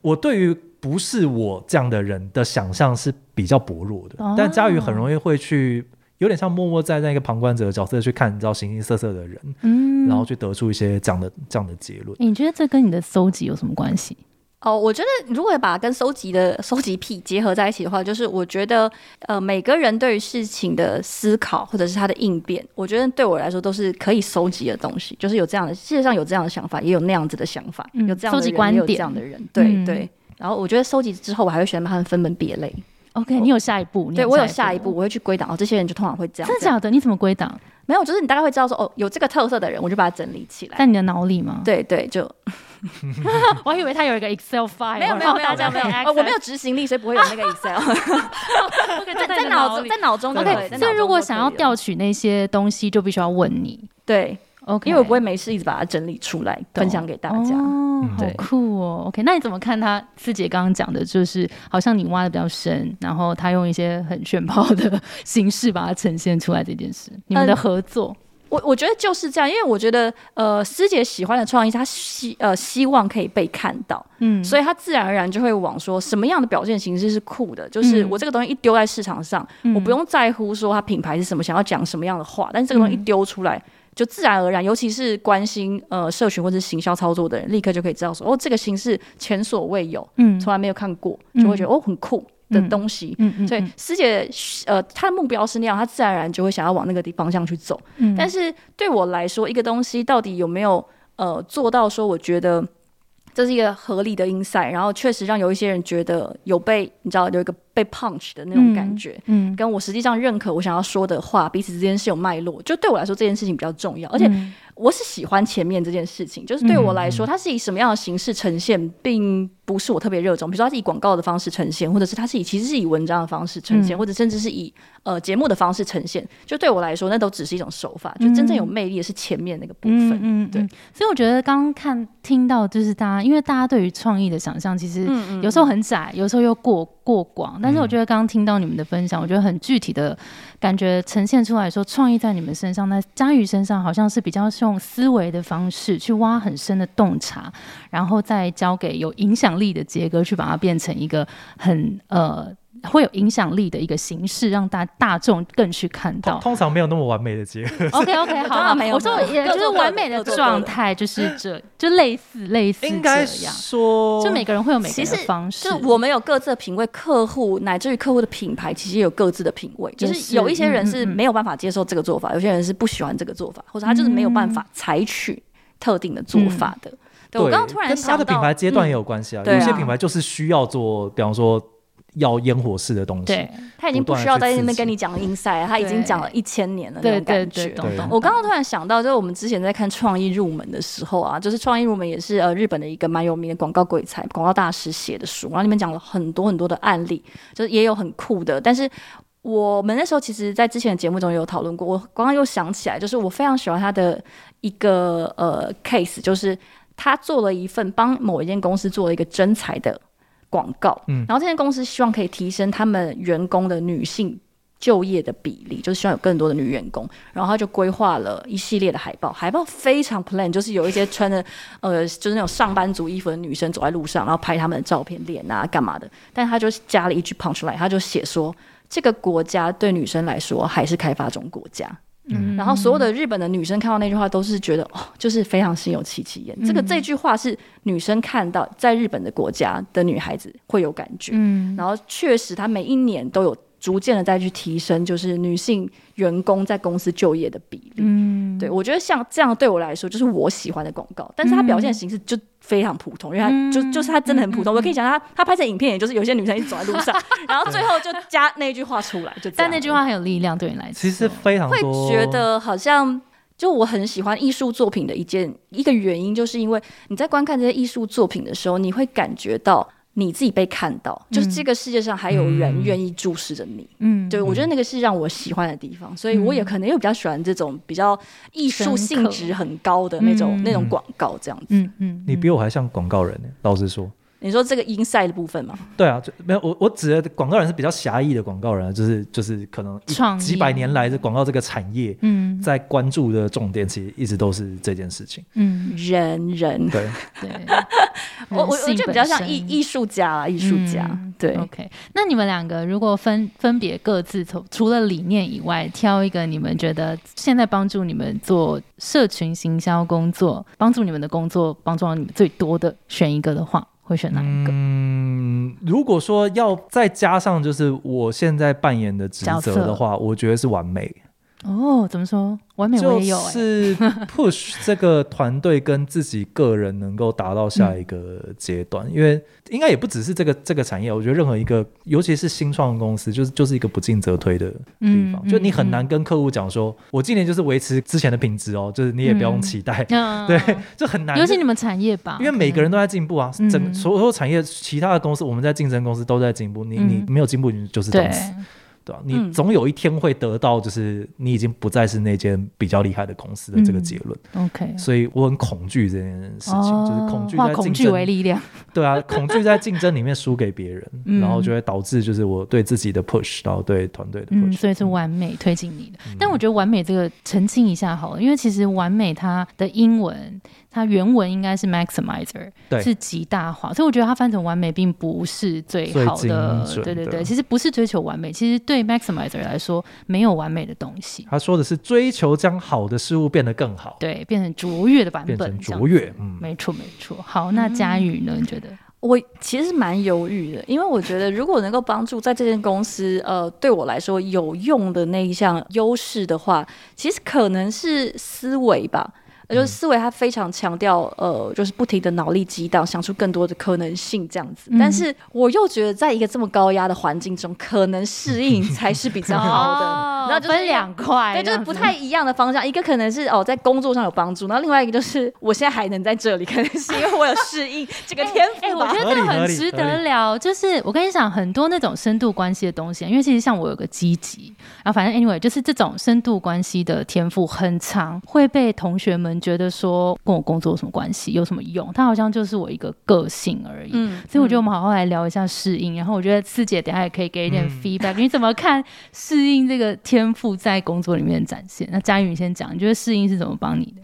我对于不是我这样的人的想象是比较薄弱的，
哦
但佳宇很容易会去。有点像默默站在一个旁观者的角色去看，你知道形形色色的人，
嗯，
然后去得出一些这样的这样的结论。
哎你觉得这跟你的搜集有什么关系？
哦，我觉得如果把跟收集的收集癖结合在一起的话，就是我觉得呃，每个人对于事情的思考或者是他的应变，我觉得对我来说都是可以收集的东西。就是有这样的，世界上有这样的想法，也有那样子的想法，
嗯
有这样的
收集
人
观
也有这
点
样的人，对、
嗯
对。然后我觉得收集之后，我还会选把他们分门别类。
OK，你有下一步？你
对我有下一步，
步，
我会去归档。哦，这些人就通常会这样。
真的
这样
假的？你怎么归档？
没有，就是你大概会知道说，哦，有这个特色的人，我就把它整理起来。
在你的脑里吗？，
对对，就
我还以为他有一个 Excel file，
没有没有没有
然后大
没有没
家可以
有，哦
access
我没有执行力，所以不会有那个 Excel。
OK，
在
在
在
在
脑
脑
中，在。脑中
中
都
对
可以。在
在
OK，所以
脑
如
中
果
都
想
可
要
了
调取那些东西，就必须要问你。
对，
OK，
因为我不会没事一直把它整理出来
懂
分享给大家。
哦，好
对
酷哦。OK，那你怎么看他师姐刚刚讲的，就是好像你挖的比较深，然后他用一些很炫炮的形式把它呈现出来这件事，你们的合作，
我我觉得就是这样，因为我觉得呃，师姐喜欢的创意，她希呃希望可以被看到，
嗯
所以她自然而然就会往说什么样的表现形式是酷的，就是
嗯
我这个东西一丢在市场上，
以
我不用在乎说它品牌是什么，想要讲什么样的话，但是这个东西一
嗯
丢出来。就自然而然，尤其是关心呃社群或者行销操作的人，立刻就可以知道说，哦，这个形式前所未有，
嗯
从来没有看过，就会觉得、哦很酷的东西。
嗯嗯，
所以师姐，呃，她的目标是那样，她自然而然就会想要往那个地方向去走。
嗯
但
是
是对我来说，一个东西到底有没有呃做到说，我觉得这是一个合理的 insight，然后确实让有一些人觉得有被你知道有一个被 punch 的那种感觉。
嗯，
跟我实际上认可我想要说的话，彼此之间是有脉络。就对我来说，这件事情比较重要，而且
嗯
我是喜欢前面这件事情，就是对我来说，它是以什么样的形式呈现，并不是我特别热衷。比如说，它是以广告的方式呈现，或者是它是以其实是以文章的方式呈现，
嗯
或者甚至是以呃节目的方式呈现。就对我来说，那都只是一种手法。就真正有魅力的是前面那个部分。
嗯
对。
所以我觉得刚刚看听到就是大家，因为大家对于创意的想象其实
嗯
有时候很窄，有时候又过过广。但是我觉得刚刚听到你们的分享，我觉得很具体的感觉呈现出来说，创意在你们身上，那佳宇身上好像是比较是用思维的方式去挖很深的洞察，然后再交给有影响力的杰哥去把它变成一个很呃。会有影响力的一个形式，让大大众更去看
通
到。
通常没有那么完美的结合。
OK OK，好
当
啊，
然没有
我说
没有
也
各
就
做
是
各的
完美的
各做各的
状态就是这， 就类似类似
应
这
该
样，
说，
就每个人会有每个
其
人
实
的方式。
就我们有各自的品味，客户乃至于客户的品牌，其实也有各自的品味。就
也
是有一些
是
人
嗯
是
嗯嗯
没有办法接受这个做法，有些人是不喜欢这个做法，或者他就是没有办法采取特定的做法
嗯
的。对我
对
刚刚突然
跟
想
它
到，
的品牌阶段也有关系啊。
对啊
有些品牌就是需要做，比方说要烟火式的东西。
对
他已经不需要在那边跟你讲 inside，他已经讲了一千年了那
对
种
对
感
对，
觉。
懂懂。
我刚刚突然想到，就是我们之前在看《创意入门》的时候啊，就是《创意入门》也是呃日本的一个蛮有名的广告鬼才、广告大师写的书，然后里面讲了很多很多的案例，就是也有很酷的，但是。我们那时候其实，在之前的节目中有讨论过。我刚刚又想起来，就是我非常喜欢他的一个呃 case，就是他做了一份帮某一间公司做了一个真才的广告，
嗯
然后这间公司希望可以提升他们员工的女性就业的比例，就是希望有更多的女员工。然后他就规划了一系列的海报，海报非常 plain，就是有一些穿着呃就是那种上班族衣服的女生走在路上，然后拍他们的照片、脸啊干嘛的。但他就加了一句 punchline，他就写说这个国家对女生来说还是开发中国家。
嗯
然后所有的日本的女生看到那句话都是觉得哦，就是非常心有戚戚焉。
嗯
这个这句话是女生看到在日本的国家的女孩子会有感觉，
嗯
然后确实，他每一年都有逐渐的再去提升，就是女性员工在公司就业的比例。
嗯，
对我觉得像这样对我来说，就是我喜欢的广告，但是它表现形式就非常普通，因为它
嗯
就就是它真的很普通。我可以想象它它拍成影片，也就是有些女生一直走在路上，然后最后就加那句话出来，就这样
但那句话很有力量，对你来说。
其实非常
会
多。
觉得好像。就我很喜欢艺术作品的一件一个原因，就是因为你在观看这些艺术作品的时候，你会感觉到你自己被看到，就是这个世界上还有人
嗯
愿意注视着你。
嗯，
对，我觉得那个是让我喜欢的地方，所以我也可能又比较喜欢这种比较艺术性质很高的那种
嗯
那种广告这样子。
嗯嗯，
你
嗯
比我还像广告人呢、欸老实说。
你说这个 inside 的部分嘛，
对啊，就没有我我指的广告人是比较狭义的广告人啊，就是就是可能一
创意啊
几百年来的广告这个产业
嗯
在关注的重点，其实一直都是这件事情。
嗯
人人，
对，
对， 嗯
我我我
人性
觉得比较 像
本
艺
身
艺术家啊，艺术家，
嗯
对。
OK，那你们两个如果分分别各自从除了理念以外，挑一个你们觉得现在帮助你们做社群行销工作，帮助你们的工作，帮助到你们最多的，选一个的话，会选哪一个？
嗯，如果说要再加上就是我现在扮演的职
角
责
色
的话，我觉得是完美，
哦，怎么说？完美我
就
也有哎、
是 push 这个团队跟自己个人能够达到下一个阶段，因为应该也不只是这个这个产业，我觉得任何一个，尤其是新创公司，就是就是一个不进则退的地方，
嗯
就你很难跟客户讲说，我今年就是维持之前的品质哦，就是你也不用期待，
嗯，
对，就很难，
尤其你们产业吧，
因为每个人都在进步啊，
嗯
整所有产业，其他的公司我们在竞争公司都在进步，你你
嗯
没有进步，你就是
可
等
能
死，对吧、你
嗯
总有一天会得到，就是你已经不再是那间比较厉害的公司的这个结论，
对 OK。
所以我很恐惧这件事情，就是恐惧
化
在
哦恐
竞
惧为
争，
力量。
对啊， 恐惧在竞争里面输给别人，
嗯
然后就会导致就是我对自己的 push，然后对团队的
嗯，
push，
所以是完美推进你的。但我觉得完美这个澄清一下好了，因为其实完美它的英文它原文应该是 maximizer，
对
是极大化，所以我觉得它翻成完美并不是最好
最
的
精。准
对对
的
对，其实不是追求完美，其实对 maximizer 来说没有完美的东西，
他说的是追求将好的事物变得更好，
对，变成卓越的版
变
本，
成
这样
卓越，嗯，
没错没错。好，那佳宇呢？你觉得？
我其实蛮犹豫的，因为我觉得如果能够帮助在这间公司，呃，对我来说有用的那一项优势的话，其实可能是思维吧。呃就是思维，它非常强调，呃，就是不停的脑力激荡，想出更多的可能性这样子。
嗯
但是我又觉得，在一个这么高压的环境中，可能适应才是比较好的。然后就是
哦分两块，
对，就
这
是
样
不
子
太一样的方向，一个可能是哦在工作上有帮助，然后另外一个就是我现在还能在这里，可能是因为我有适 应这个天
哎、
赋
我
吧。
觉得
合理
这
合
很
理
值
合
得
理
聊。就是我跟你讲，很多那种深度关系的东西，因为其实像我有个积极，然后反正 anyway，就是这种深度关系的天赋，很常会被同学们觉得说跟我工作有什么关系，有什么用？它好像就是我一个个性而已。
嗯
所以我觉得我们好好来聊一下适应，然后我觉得四姐等一下也可以给一点
嗯
feedback，、你怎么看适应这个天赋在工作里面的展现？那佳宇你先讲，你觉得适应是怎么帮你的？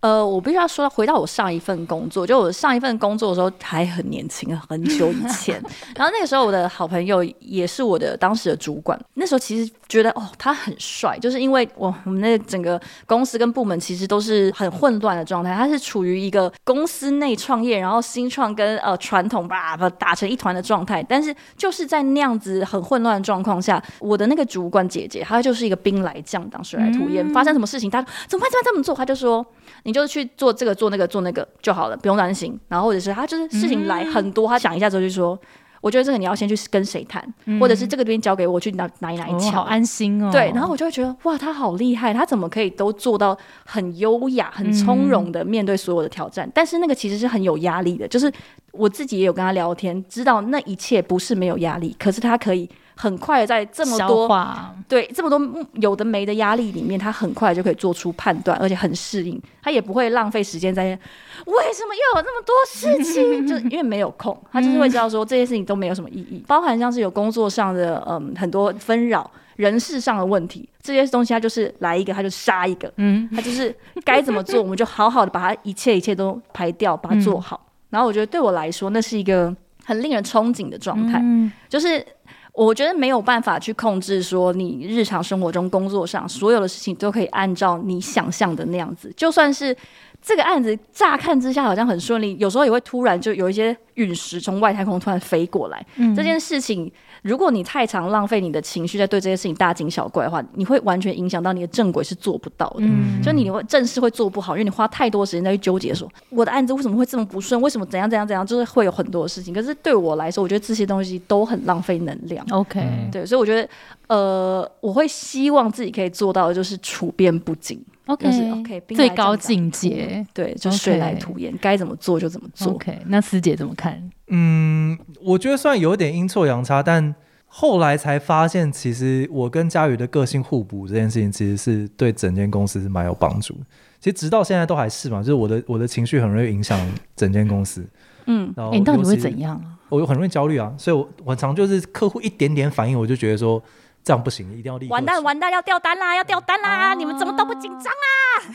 呃，我必须要说，回到我上一份工作，就我上一份工作的时候还很年轻，很久以 前。然后那个时候，我的好朋友也是我的当时的主管。那时候其实觉得哦，他很帅，就是因为哦我我们那整个公司跟部门其实都是很混乱的状态，他是处于一个公司内创业，然后新创跟呃传统吧吧打成一团的状态。但是就是在那样子很混乱的状况下，我的那个主管姐姐，她就是一个兵来将挡，水来土掩，
嗯
发生什么事情，她怎么办？怎么办？怎么做？她就说。你就去做这个做那个做那个就好了，不用担心。然后或者是他就是事情来很多，他想一下之后就说，我觉得这个你要先去跟谁谈，或者是这个边交给我去哪哪一哪一
嗯哦，
敲。
好安心哦。
对，然后我就会觉得哇，他好厉害，他怎么可以都做到很优雅、
嗯
很从容的面对所有的挑战？但是那个其实是很有压力的，就是我自己也有跟他聊天，知道那一切不是没有压力，可是他可以很快的在这么
消
多
化啊
对这么多嗯有的没的压力里面，他很快就可以做出判断，而且很适应，他也不会浪费时间在为什么要有那么多事情， 就是因为没有空，他就是会知道说这些事情都没有什么意义，包含像是有工作上的嗯很多纷扰、人事上的问题，这些东西他就是来一个他就杀一个，
嗯，
他就是该怎么做，我们就好好的把它一切一切都排掉，把它
嗯
做好。然后我觉得对我来说，那是一个很令人憧憬的状态。
嗯
就是我觉得没有办法去控制说你日常生活中、工作上所有的事情都可以按照你想象的那样子，就算是。这个案子乍看之下好像很顺利，有时候也会突然就有一些陨石从外太空突然飞过来。
嗯
这件事情，如果你太常浪费你的情绪在对这些事情大惊小怪的话，你会完全影响到你的正轨是做不到的。
嗯
就你会正事会做不好，因为你花太多时间在去纠结说我的案子为什么会这么不顺，为什么怎样怎样怎样，就是会有很多事情。可是对我来说，我觉得这些东西都很浪费能量。
OK
对，所以我觉得，呃，我会希望自己可以做到的就是处变不惊，就是 OK，兵来
最高
将挡
境界。
对，就水来
OK
土掩，该怎么做就怎么做。
OK，那师姐怎么看？
嗯，我觉得算有点阴错阳差，但后来才发现，其实我跟佳宇的个性互补这件事情，其实是对整间公司是蛮有帮助的。其实直到现在都还是嘛，就是我的我的情绪很容易影响整间公司。
嗯，
然后、
哎，你到底会怎？样 啊？
我很容易焦虑啊，所以我我很常就是客户一点点反应，我就觉得说这样不行，一定要立刻
完蛋
处理
完蛋，要掉单啦，要掉单啦！
啊
你们怎么都不紧张啊？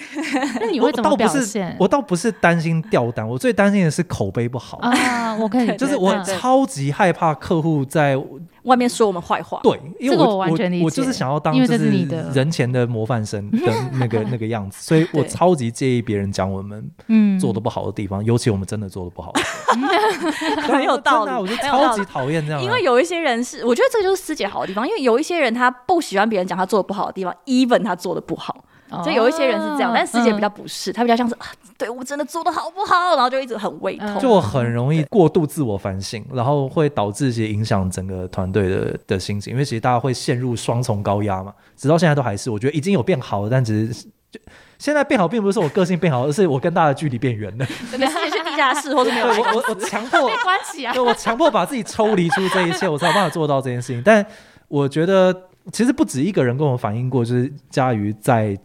那你会怎么
我倒
表
不是
现？
我倒不是担心掉单，我最担心的是口碑不好，
啊，我 可以
就是我
理解
超级害怕客户在
外面说我们坏话，
对，因为
这个
我
我完全理
我
解
就是想要当
因为
就
这是
是
你的
人前的模范生的那个那个样子，所以我
对
超级介意别人讲我们
嗯
做的不好的地方，尤其我们真的做的不好，
很有道理
真的啊我就
很有道
超
理
级讨厌这样啊，
因为有一些人是，我觉得这个就是师姐好的地方，因为有一些人他不喜欢别人讲他做的不好的地方，even 他做的不好，就有一些人是这样，
哦
但师姐
嗯
比较不是，她比较像是啊，对我真的做的好不好，然后就一直很胃痛。
嗯
就我很容易过度自我反省，然后会导致其实影响整个团队的的心情，因为其实大家会陷入双重高压嘛，直到现在都还是，我觉得已经有变好了，但只是。就现在变好，并不是说我个性变好，而是我跟大家的距离变远了。
对师姐去地下室或者没
对
有来
我，我我强迫
没关系 啊
对，我强迫把自己抽离出这一切，我才有办法做到这件事情。但我觉得，其实不止一个人跟我反映过，就是佳瑜在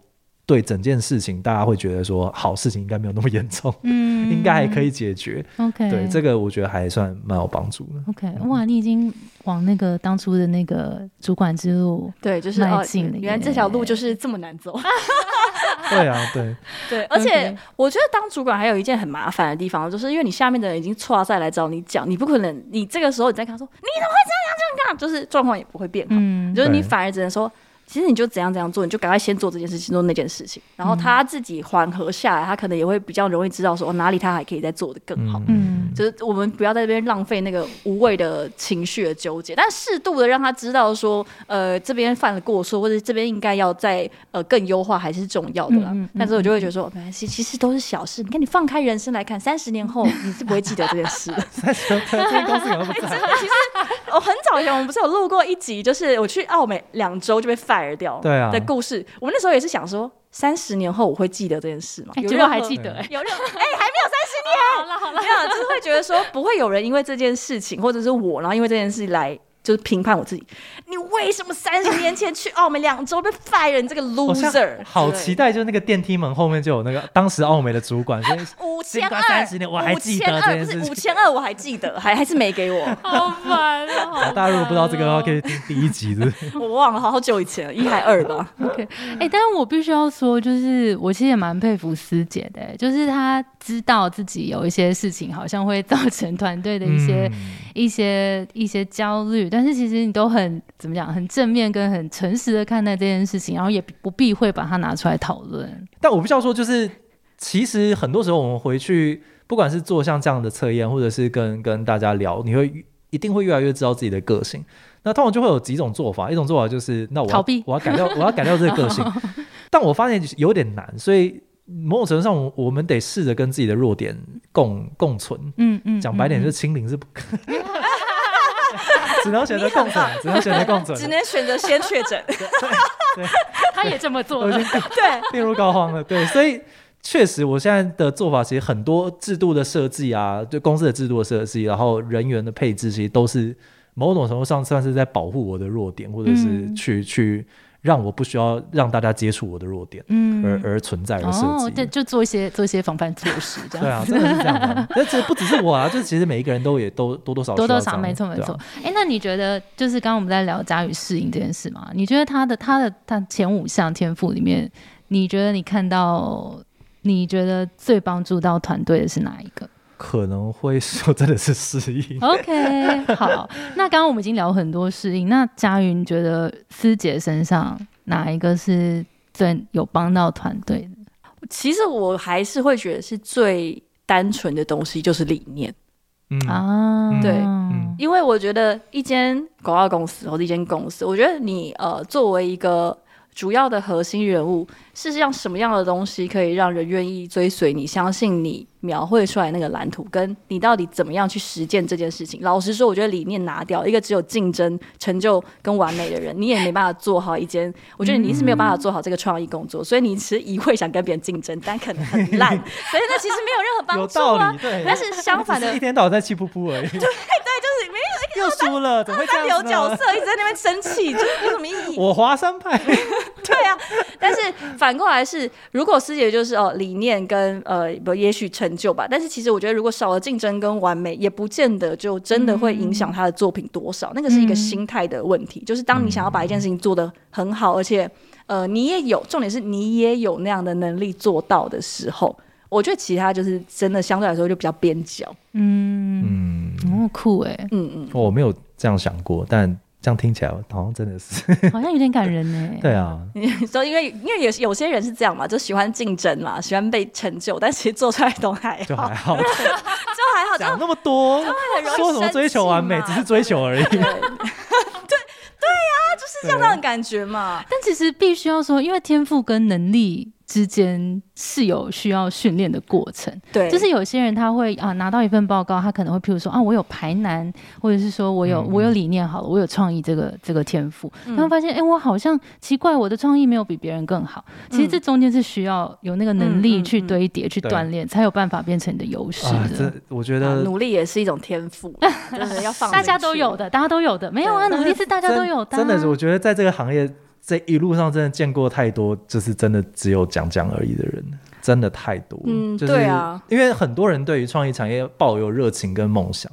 对整件事情，大家会觉得说，好事情应该没有那么严重，
嗯
应该还可以解决。
OK，
对，这个嗯我觉得还算蛮有帮助的。
OK，哇，你已经往那个当初的那个主管之路，
对，就是
迈
哦，
进了耶
原来这条路就是这么难 走。
对啊， 对，
对，嗯而且
OK
我觉得当主管还有一件很麻烦的地方，就是因为你下面的人已经错赛来找你讲，你不可能，你这个时候你再跟他说你怎么会这样这样这样，就是状况也不会变好，
嗯，
就是你
对
反而只能说。其实你就怎样怎样做，你就赶快先做这件事情，做那件事情，然
嗯
后他自己缓和下来，他可能也会比较容易知道说、哦、哪里他还可以再做的更好。
嗯
就是我们不要在这边浪费那个无谓的情绪的纠结，但适度的让他知道说，呃，这边犯了过错，或者这边应该要再呃更优化还是重要的啦。
嗯嗯嗯
但是我就会觉得说，没关系，其实都是小事。你看，你放开人生来看，三十年后你是不会记得这件事的。
三十这间公司有
哎
不 在？
我哦很早以前我们不是有录过一集，就是我去澳美两周就被 fire 掉
对啊
的故事。我们那时候也是想说，三十年后我会记得这件事吗？
哎
有
结
任
果
何
还记得，哎，
有任何 哎、还没有三十年，好了好了，没有，就是会觉得说不会有人因为这件事情，或者是我，然后因为这件事来就是评判我自己，你为什么三十年前去澳门两周被 fire？你这个
好像
loser！
好期待，就是那个电梯门后面就有那个当时澳美的主管，所哎以
五
新
千
冠
二，
30年我还记得这件事情
五千二我还记得，还还是没给 我，
哎好烦哦、好
大家如果不知道这个的 话，可
以。
以听第一集的。
我忘了，好久以前了，一还二吧。
OK，哎、但是我必须要说，就是我其实也蛮佩服师姐的、就是她知道自己有一些事情好像会造成团队的一些、
嗯
一些一些焦虑，但是其实你都很怎么讲，很正面跟很诚实的看待这件事情，然后也不避讳把它拿出来讨论。
但我不需要说，就是其实很多时候我们回去，不管是做像这样的测验，或者是跟跟大家聊，你会一定会越来越知道自己的个性。那通常就会有几种做法，一种做法就是那我要
逃避
我要改掉，我要改掉这个个 性。但我发现有点难，所以某种程度上，我我们得试着跟自己的弱点共共存。
嗯嗯，
讲白点，
嗯
就是清零是不可， 只能选择共存，只能选择共存，
只能选择先确诊。
她也这么做
我已
了
经。
对，
病入膏肓了。对，所以确实，我现在的做法其实很多制度的设计啊，对公司的制度的设计，然后人员的配置，其实都是某种程度上算是在保护我的弱点，或者是
嗯
去、去让我不需要让大家接触我的弱点，
嗯
而而存在而设
哦，
计
就
的。
就做一些做一些防范措施，这样
对啊，真的 是这样的。但其实不只是我啊，就其实每一个人都也都多多少少
多
需要
多
这
少
样
没错没
对啊
错。哎、那你觉得就是刚刚我们在聊佳宇适应这件事嘛？你觉得他的他的他前五项天赋里面，你觉得你看到你觉得最帮助到团队的是哪一个
可能会说真的是失忆。
哦？OK，好，那刚刚我们已经聊很多适应，那佳宇你觉得师姐身上哪一个是最有帮到团队的？
其实我还是会觉得是最单纯的东西就是理念。
嗯，
啊，
对
嗯
因为我觉得一间广告公司或者一间公司，我觉得你呃作为一个主要的核心人物，事实上什么样的东西可以让人愿意追随你，相信你描绘出来那个蓝图，跟你到底怎么样去实践这件事情。老实说，我觉得理念拿掉一个只有竞争、成就跟完美的人，你也没办法做好一间。我觉得你是没有办法做好这个创意工作，所以你只是一味想跟别人竞争，但可能很烂，所以那其实没有任何帮
有
助
道
啊
理。。对，
但是相反的
只是一，天到晚在气噗噗而已。
啊
对对，就是没有又输了，怎么会这
他有
样子
角
呢？
色一直在那边生气，就是有什么意义？
我华山派，
对啊，但是反过来是，如果师姐就是哦理念跟呃不，也许成就吧，但是其实我觉得如果少了竞争跟完美，也不见得就真的会影响他的作品多少，那个是一个心态的问题。就是当你想要把一件事情做得很好，而且呃你也有，重点是你也有那样的能力做到的时候。我觉得其他就是真的相对来说就比较边角，
嗯，
嗯，
哦，酷哎、
嗯
我没有这样想过，但这样听起来好像真的是，
好像有点感人欸呢、
对啊，
嗯，所以因为因为有有些人是这样嘛，就喜欢竞争嘛，喜欢被成就，但其实做出来都还好，
就
就
还好，
还好，就
讲那么多，
很容易
说什么追求完美，
生
只
气嘛
是追求而 已。
对对对啊，就是这样那种感觉嘛。
但其实必须要说，因为天赋跟能力之间是有需要训练的过程。
对，
就是有些人他会啊拿到一份报告，他可能会譬如说啊我有排难，或者是说我有、
嗯
我有理念好了，我有创意这个这个天赋，
嗯
然后发现哎、诶我好像奇怪我的创意没有比别人更好。其实这中间是需要有那个能
嗯
力
嗯
去
嗯
堆叠、去
对
锻炼，才有办法变成你的优势
啊，
的。
这我觉
啊
得
努力也是一种天 赋，真的要放。
大家都有，的，大家都有的，没有啊，
对
努力是大家都有的啊、
真的是，我觉得在这个行业这一路上真的见过太多，就是真的只有讲讲而已的人，真的太多了。
嗯
就是
对啊
因为很多人对于创意产业抱有热情跟梦想，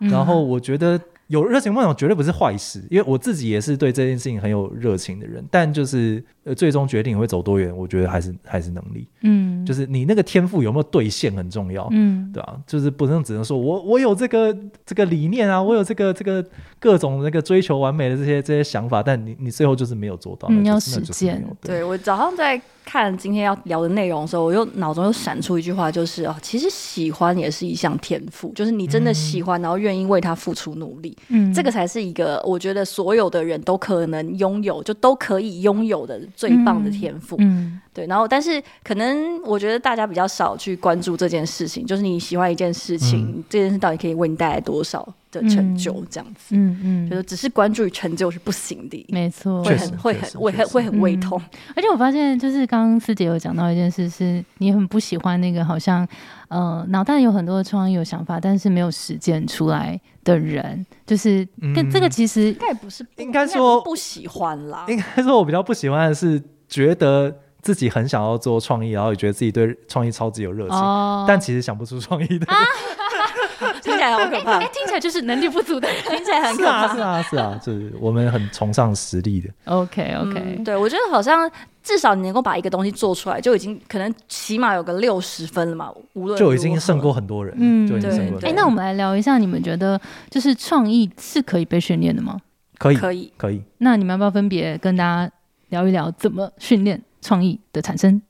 嗯
然后我觉得有热情梦想绝对不是坏事，因为我自己也是对这件事情很有热情的人，但就是呃，最终决定你会走多远，我觉得还是还是能力，
嗯，
就是是你那个天赋有没有兑现很重要。
嗯，
对啊，就是不能只能说我我有这个这个理念啊，我有这个这个各种那个追求完美的这些这些想法，但你你最后就是没有做到，
嗯
那就
要
是那就是
实践
没有
对我早上在看今天要聊的内容的时候，我又脑中又闪出一句话，就是哦，其实喜欢也是一项天赋，就是你
嗯
真的喜欢，然后愿意为它付出努力，
嗯
这个才是一个我觉得
哦
所有的人都可能拥有，就都可以拥有的最棒的天赋。
嗯，
对，然后但是可能我觉得大家比较少去关注这件事情，就是你喜欢一件事情，这件事到底可以为你带来多少的成就，这样子，
嗯嗯，
觉得只是关注于成就是不行的，
没错，
会
确实
很会
确实
很会很会很胃痛。
而且我发现，就是刚刚师姐有讲到一件事，是你很不喜欢那个好像呃脑袋有很多的创意、有想法，但是没有实践出来的人，就是跟
嗯
这个其实
应该也不是不，
应该说
不喜欢啦。
应该说，我比较不喜欢的是觉得自己很想要做创意，然后也觉得自己对创意超级有热情，
哦，
但其实想不出创意的。
听起来好可 怕
哎，，听起来就是能力不 足的人。
听起来很
是
可怕。
啊，是啊，是啊，就是我们很崇尚实力的。
OK
嗯
OK，
对我觉得好像至少你能够把一个东西做出来，就已经可能起码有个六十分了嘛，无论
就已经胜
胜
过很多人，
嗯
就已经
对
胜过很多
哎、
人。
那我们来聊一下，你们觉得就是创意是可以被训练的吗？
可以
可以。
可以，
那你们要不要分别跟大家聊一聊怎么训练创意的产生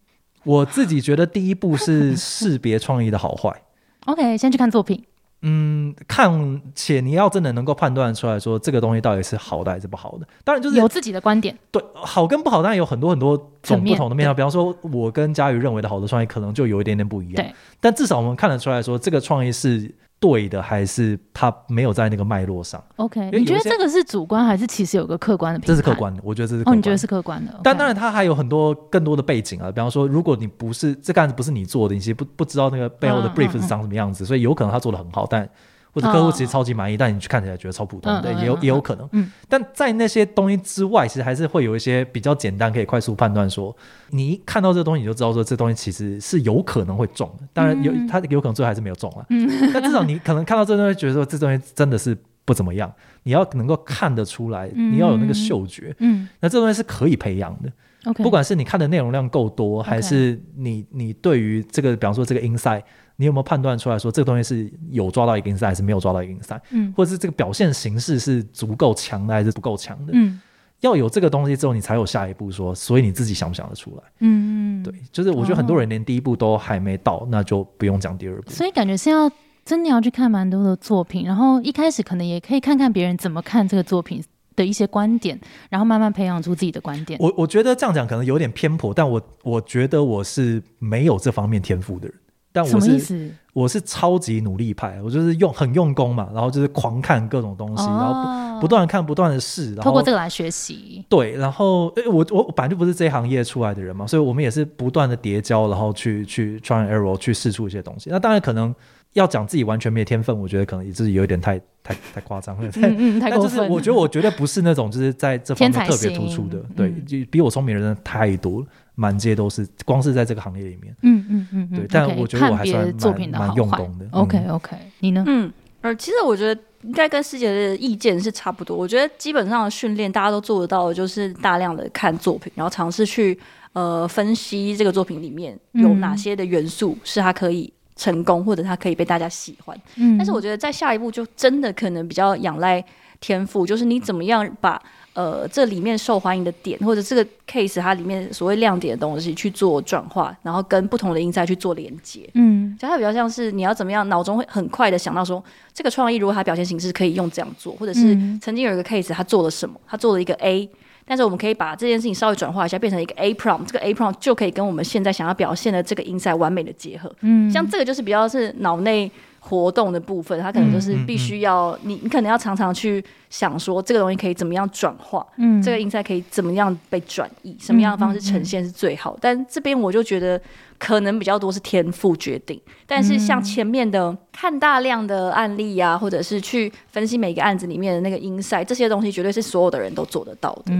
我自己觉得第一步是识别创意的好坏。
？OK，先去看作品。
嗯，看且你要真的能够判断出来说这个东西到底是好的还是不好的。当然就是
有自己的观点，
对好跟不好，当然有很多很多种
层面
不同的面向。比方说，我跟佳瑜认为的好的创意可能就有一点点不一样
对。
但至少我们看得出来说这个创意是对的，还是它没有在那个脉络上。
OK，
因为
你觉
有
得
一些
这个是主观还是其实有个客观的评
这
判？
是客观的，我觉得这是客
哦，
观
你觉
的
得是客观的？OK？
但当然，它还有很多更多的背景啊，比方说，如果你不是这个案子不是你做的，你其实不不知道那个背后的
嗯
brief
嗯
是长什么样子，所以有可能他做的很好，但或者客户其实超级满意，但你去看起来觉得超普通
嗯
对，
嗯
也有
嗯
也有可能
嗯。
但在那些东西之外，其实还是会有一些比较简单可以快速判断说，你一看到这个东西你就知道说这东西其实是有可能会中的，当然有
嗯
它有可能最后还是没有中 了，但至少你可能看到这东西觉得说这东西真的是不怎么样，你要能够看得出来，
嗯
你要有那个嗅觉，
嗯
那这东西是可以培养的。
，OK，
不管是你看的内容量够多，还是你你对于这个，比方说这个 insight，你有没有判断出来说这个东西是有抓到一个 insight 还是没有抓到一个 insight，
嗯
或者是这个表现形式是足够强的还是不够强的？
嗯
要有这个东西之后，你才有下一步说，所以你自己想不想得出来？
嗯，嗯
对，，就是我觉得很多人连第一步都还没到，那就不用讲第二步。
所以感觉是要真的要去看蛮多的作品，然后一开始可能也可以看看别人怎么看这个作品的一些观点，然后慢慢培养出自己的观点。
我我觉得这样讲可能有点偏颇，但我我觉得我是没有这方面天赋的人，但
什
我
么意
是
思？
我是超级努力派，我就是用很用功嘛，然后就是狂看各种东西，然后不
哦
不断地看，不断的试，然
透
后
过这个来学 习。
对，然后诶我我我本来就不是这一行业出来的人嘛，所以我们也是不断的叠交，然后去去 try and error 去试出一些东西。那当然可能要讲自己完全没天分，我觉得可能也是有一点太太太夸张了。
嗯嗯，太
但
过
就是
分。
我觉得，我绝对不是那种就是在这方
天
面
才
特别突出的
型，
对
嗯，
就比我聪明的人真的太多了，满街都是，光是在这个行业里面，
嗯嗯嗯嗯，
对但
OK，
我觉得我
看
还
别
算
的
蛮
作品的
蛮
好
用
坏
功的嗯
OK OK，你呢？
嗯，呃，其实我觉得应该跟师姐的意见是差不多。我觉得基本上的训练大家都做得到，的，就是大量的看作品，然后尝试去呃分析这个作品里面有
嗯
哪些的元素是它可以成功，或者它可以被大家喜欢。
嗯，
但是我觉得在下一步就真的可能比较仰赖天赋，就是你怎么样把呃这里面受欢迎的点，或者这个 case 它里面所谓亮点的东西去做转化，然后跟不同的 insight 去做连接。
嗯
就它比较像是你要怎么样，脑中会很快的想到说，这个创意如果它表现形式可以用这样做，或者是
嗯
曾经有一个 case 他做了什么，他做了一个 A，但是我们可以把这件事情稍微转化一下，变成一个 A prompt，这个 A prompt 就可以跟我们现在想要表现的这个 insight 完美的结合。
嗯，
像这个就是比较是脑内活动的部分，它可能就是
嗯嗯
必须要、你，你可能要常常去想说这个东西可以怎么样转化，
嗯
这个 insight 可以怎么样被转移，什么样的方式呈现是最好。但这边我就觉得可能比较多是天赋决定，但是像前面的看大量的案例啊，或者是去分析每个案子里面的那个 insight，这些东西绝对是所有的人都做得到的。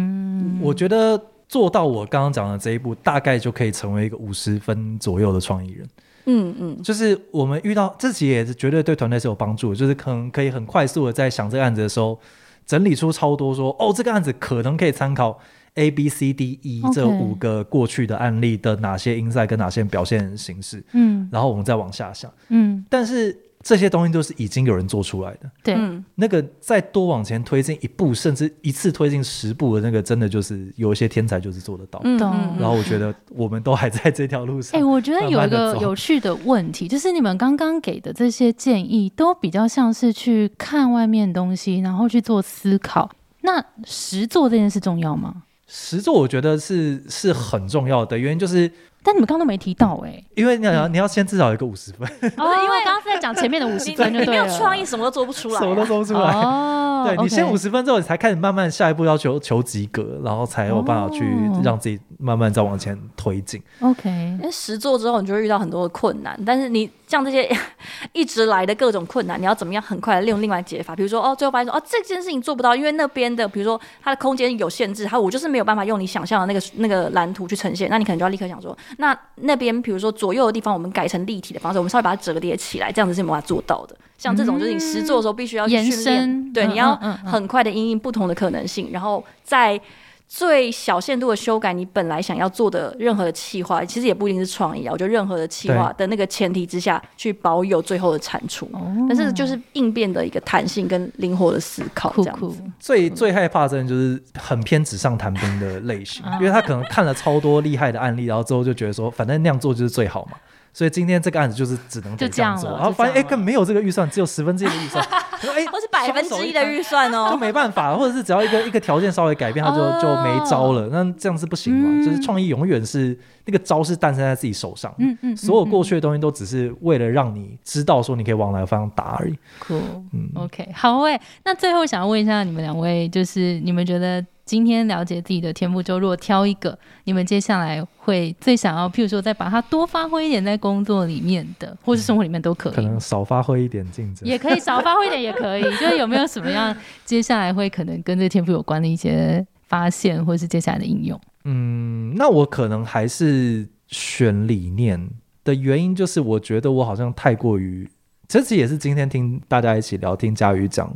我觉得做到我刚刚讲的这一步，大概就可以成为一个五十分左右的创意人。
嗯嗯，
就是我们遇到自己也是绝对对团队是有帮助的，就是可能可以很快速的在想这个案子的时候，整理出超多说哦，这个案子可能可以参考 A B C D E
OK
这五个过去的案例的哪些 insight 跟哪些表现形式，
嗯
然后我们再往下想。
嗯，
但是这些东西都是已经有人做出来的，
对，
嗯
那个再多往前推进一步，甚至一次推进十步的那个，真的就是有一些天才就是做得到。
嗯
懂
嗯
然后我觉得我们都还在这条路上。
哎、我觉得有一
慢慢
个
地走
有趣的问题，就是你们刚刚给的这些建议，都比较像是去看外面的东西，然后去做思考。那实做这件事重要吗？
实作我觉得是是很重要的，原因就是
但你们刚刚都没提到哎、
因为你要、你要先至少有一个五十分，
哦，因为刚刚是在讲前面的五十
你
分
你
就
没
对
有
了，
创意，什么都做不出来、
什么都
啊。
做不出来。
哦，
对你
OK
先五十分之后，你才开始慢慢下一步要求求及格，然后才有办法去
哦
让自己慢慢再往前推进。
哦
OK，
因为实做之后，你就会遇到很多的困难，但是你像这些 一直来的各种困难，你要怎么样很快地利用另外解法？比如说，哦，最后发现说，哦，这件事情做不到，因为那边的，比如说它的空间有限制，它我就是没有办法用你想象的那个那个蓝图去呈现，那你可能就要立刻想说，那那边比如说左右的地方，我们改成立体的方式，我们稍微把它折叠起来，这样子是没有办法做到的。像这种就是你实做的时候必须要去
延
训练
伸
对，
嗯
你要
嗯嗯嗯
很快的因应不同的可能性，然后在最小限度的修改你本来想要做的任何的企划，其实也不一定是创意啊。我觉得任何的企划的那个前提之下，去保有最后的产出，
哦
但是就是应变的一个弹性跟灵活的思考，这
酷
样子。
酷，嗯
最最害怕真的就是很偏纸上谈兵的类型，因为他可能看了超多厉害的案例，然后之后就觉得说，反正那样做就是最好嘛。所以今天这个案子就是只能得这
就这样
样做，
了
然后发现
就
哎，
这样了
根本没有这个预算，只有十分之一的预算， 说哎，
或是百分之一的预算
就
哦，
没办法，或者是只要一 个一个条件稍微改变，他就
哦
就没招了。那这样是不行嘛？
嗯
就是创意永远是那个招是诞生在自己手上的，
嗯嗯，嗯
所有过去的东西都只是为了让你知道说你可以往哪个方向打而已。
酷
嗯
，OK，好诶、那最后想要问一下你们两位，就是你们觉得今天了解自己的天赋之后，如果挑一个，你们接下来会最想要，譬如说再把它多发挥一点在工作里面的，或是生活里面都可以，
可能少发挥一点竞争，
也可以少发挥一点，也可以。就是有没有什么样接下来会可能跟这个天赋有关的一些发现，或是接下来的应用？
嗯，那我可能还是选理念的原因，就是我觉得我好像太过于，这次也是今天听大家一起聊，听佳宇讲，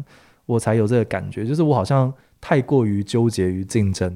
我才有这个感觉，就是我好像太过于纠结于竞争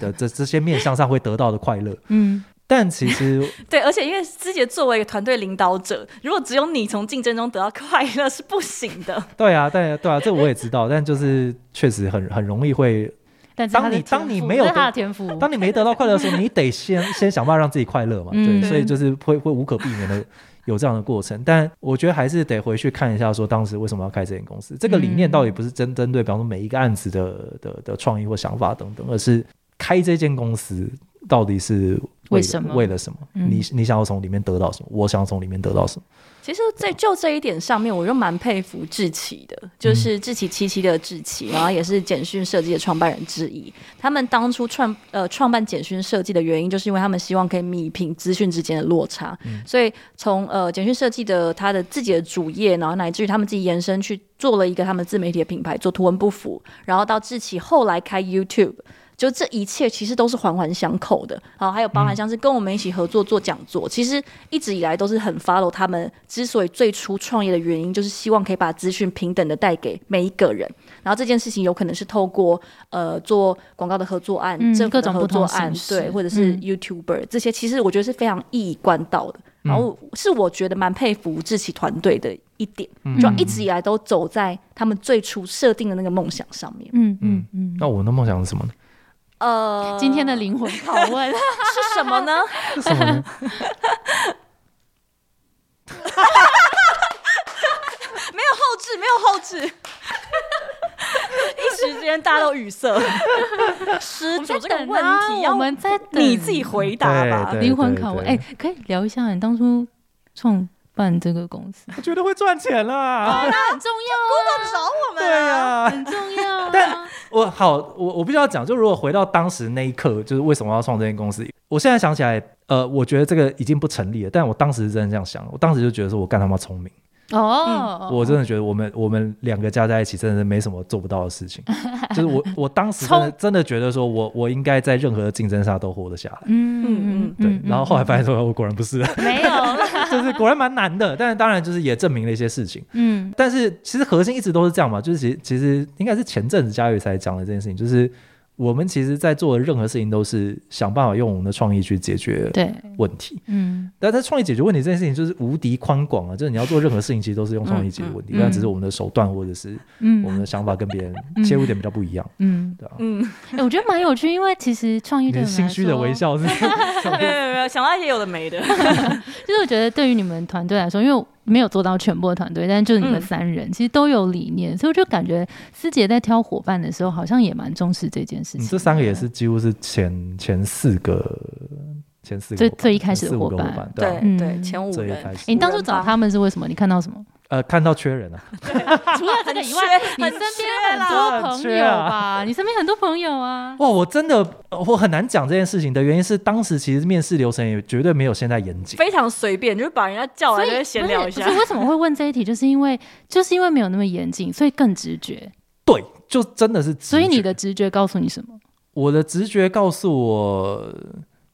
的这这些面向上会得到的快乐。
嗯，
但其实
对，而且因为师姐作为一个团队领导者，如果只有你从竞争中得到快乐是不行的。
对啊，对啊，对啊，这我也知道，但就是确实很很容易会，
但是
当
他的
你
天
当你
赋
没有
这是他
得
的天赋，
当你没得到快乐的时候，你得 先先想办法让自己快乐嘛，对，
嗯
所以就是会会无可避免的有这样的过程。但我觉得还是得回去看一下，说当时为什么要开这间公司，这个理念到底不是针针对，比方说每一个案子的的的创意或想法等等，而是开这间公司到底是
为
了
什么
为了什么？
嗯
你你想要从里面得到什么？我想要从里面得到什么？
其实这就这一点上面，我就蛮佩服志奇的，就是志奇七七的志奇，然后也是简讯设计的创办人之一。他们当初创呃创办简讯设计的原因，就是因为他们希望可以弥平资讯之间的落差，所以从呃简讯设计的他的自己的主业，然后乃至于他们自己延伸去做了一个他们自媒体的品牌，做图文不符，然后到志奇后来开 YouTube。就这一切其实都是环环相扣的，然后还有包含像是跟我们一起合作做讲座，
嗯
其实一直以来都是很 follow 他们之所以最初创业的原因，就是希望可以把资讯平等的带给每一个人。然后这件事情有可能是透过呃做广告的合作案、
嗯
政府
各
的
种
合
不
作
同
案，
形式
对，或者是
嗯
YouTuber、这些，其实我觉得是非常一以贯道的。然后是我觉得蛮佩服志奇团队的一点，
嗯
就一
嗯
直以来都走在他们最初设定的那个梦想上面。
嗯嗯嗯，
那我们的梦想是什 么呢？
呃，
今天的灵魂拷问。
是什么呢？
是什么呢？
没有后置，没有后置。 一时间大家都语塞。 施主这个问题要
啊我们在等
你自己回答吧。
对
灵魂拷问。
对
哎
对，
可以聊一下你当初创办这个公 司，
我觉得会赚钱啦，
哦那很重要啊
要找我
对呀、
啊，很重要啊。
但我好，我我必须要讲，就如果回到当时那一刻，就是为什么要创这间公司？我现在想起来，呃，我觉得这个已经不成立了，但我当时是真的这样想，我当时就觉得说我干他妈聪明，
哦，
我真的觉得我们我们两个加在一起真的是没什么做不到的事情，就是我我当时真 的
聪
真的觉得说我我应该在任何的竞争下都活得下来。
嗯嗯嗯，嗯
对，然后后来
来
发现说，我哦果然不是，
没有了，
就是果然蛮难的。但是当然就是也证明了一些事情。
嗯
但是其实核心一直都是这样嘛，就是其实其实应该是前阵子佳宇才讲的这件事情，就是我们其实在做的任何事情都是想办法用我们的创意去解决
对，
问题。
嗯
但在创意解决问题这件事情就是无敌宽广啊，就是你要做任何事情其实都是用创意解决问题，
嗯嗯
但只是我们的手段或者是
嗯，
我们的想法跟别人
嗯
切入点比较不一样，
嗯，
对吧、
嗯，
哎，我觉得蛮有趣，因为其实创意
你
对
的
我们
心
来
虚的
说
微笑是
没有没有没有，想到一些有的没的。
就是我觉得对于你们团队来说，因为没有做到全部的团队，但是就是你们
嗯
三人、其实都有理念，所以我就感觉师姐在挑伙伴的时候，好像也蛮重视这件事
你
情。哎
这三个也是几乎是前前四个前四个
最
伙伴
最一开始的
四五
伙
个
伴
伴，对
对
啊，
嗯
对，前五
最一
人
开。
诶
始
你当初找他们是为什么？你看到什么？
呃看到缺人啊，
除了这个以外， 你
很
身
缺
边很
啦
多朋
很缺
友
啊
吧？你身边很多朋友啊。
哇，我真的呃我很难讲这件事情的原因是，当时其实面试流程也绝对没有现在严谨。
非常随便，就是把人家叫
所
来
以
就
不
是
是
闲聊一下
不。是为什么会问这一题？就是因为就是因为没有那么严谨，所以更直觉。
对，就真的是直觉。
所以你的直觉告诉你什么？
我的直觉告诉我，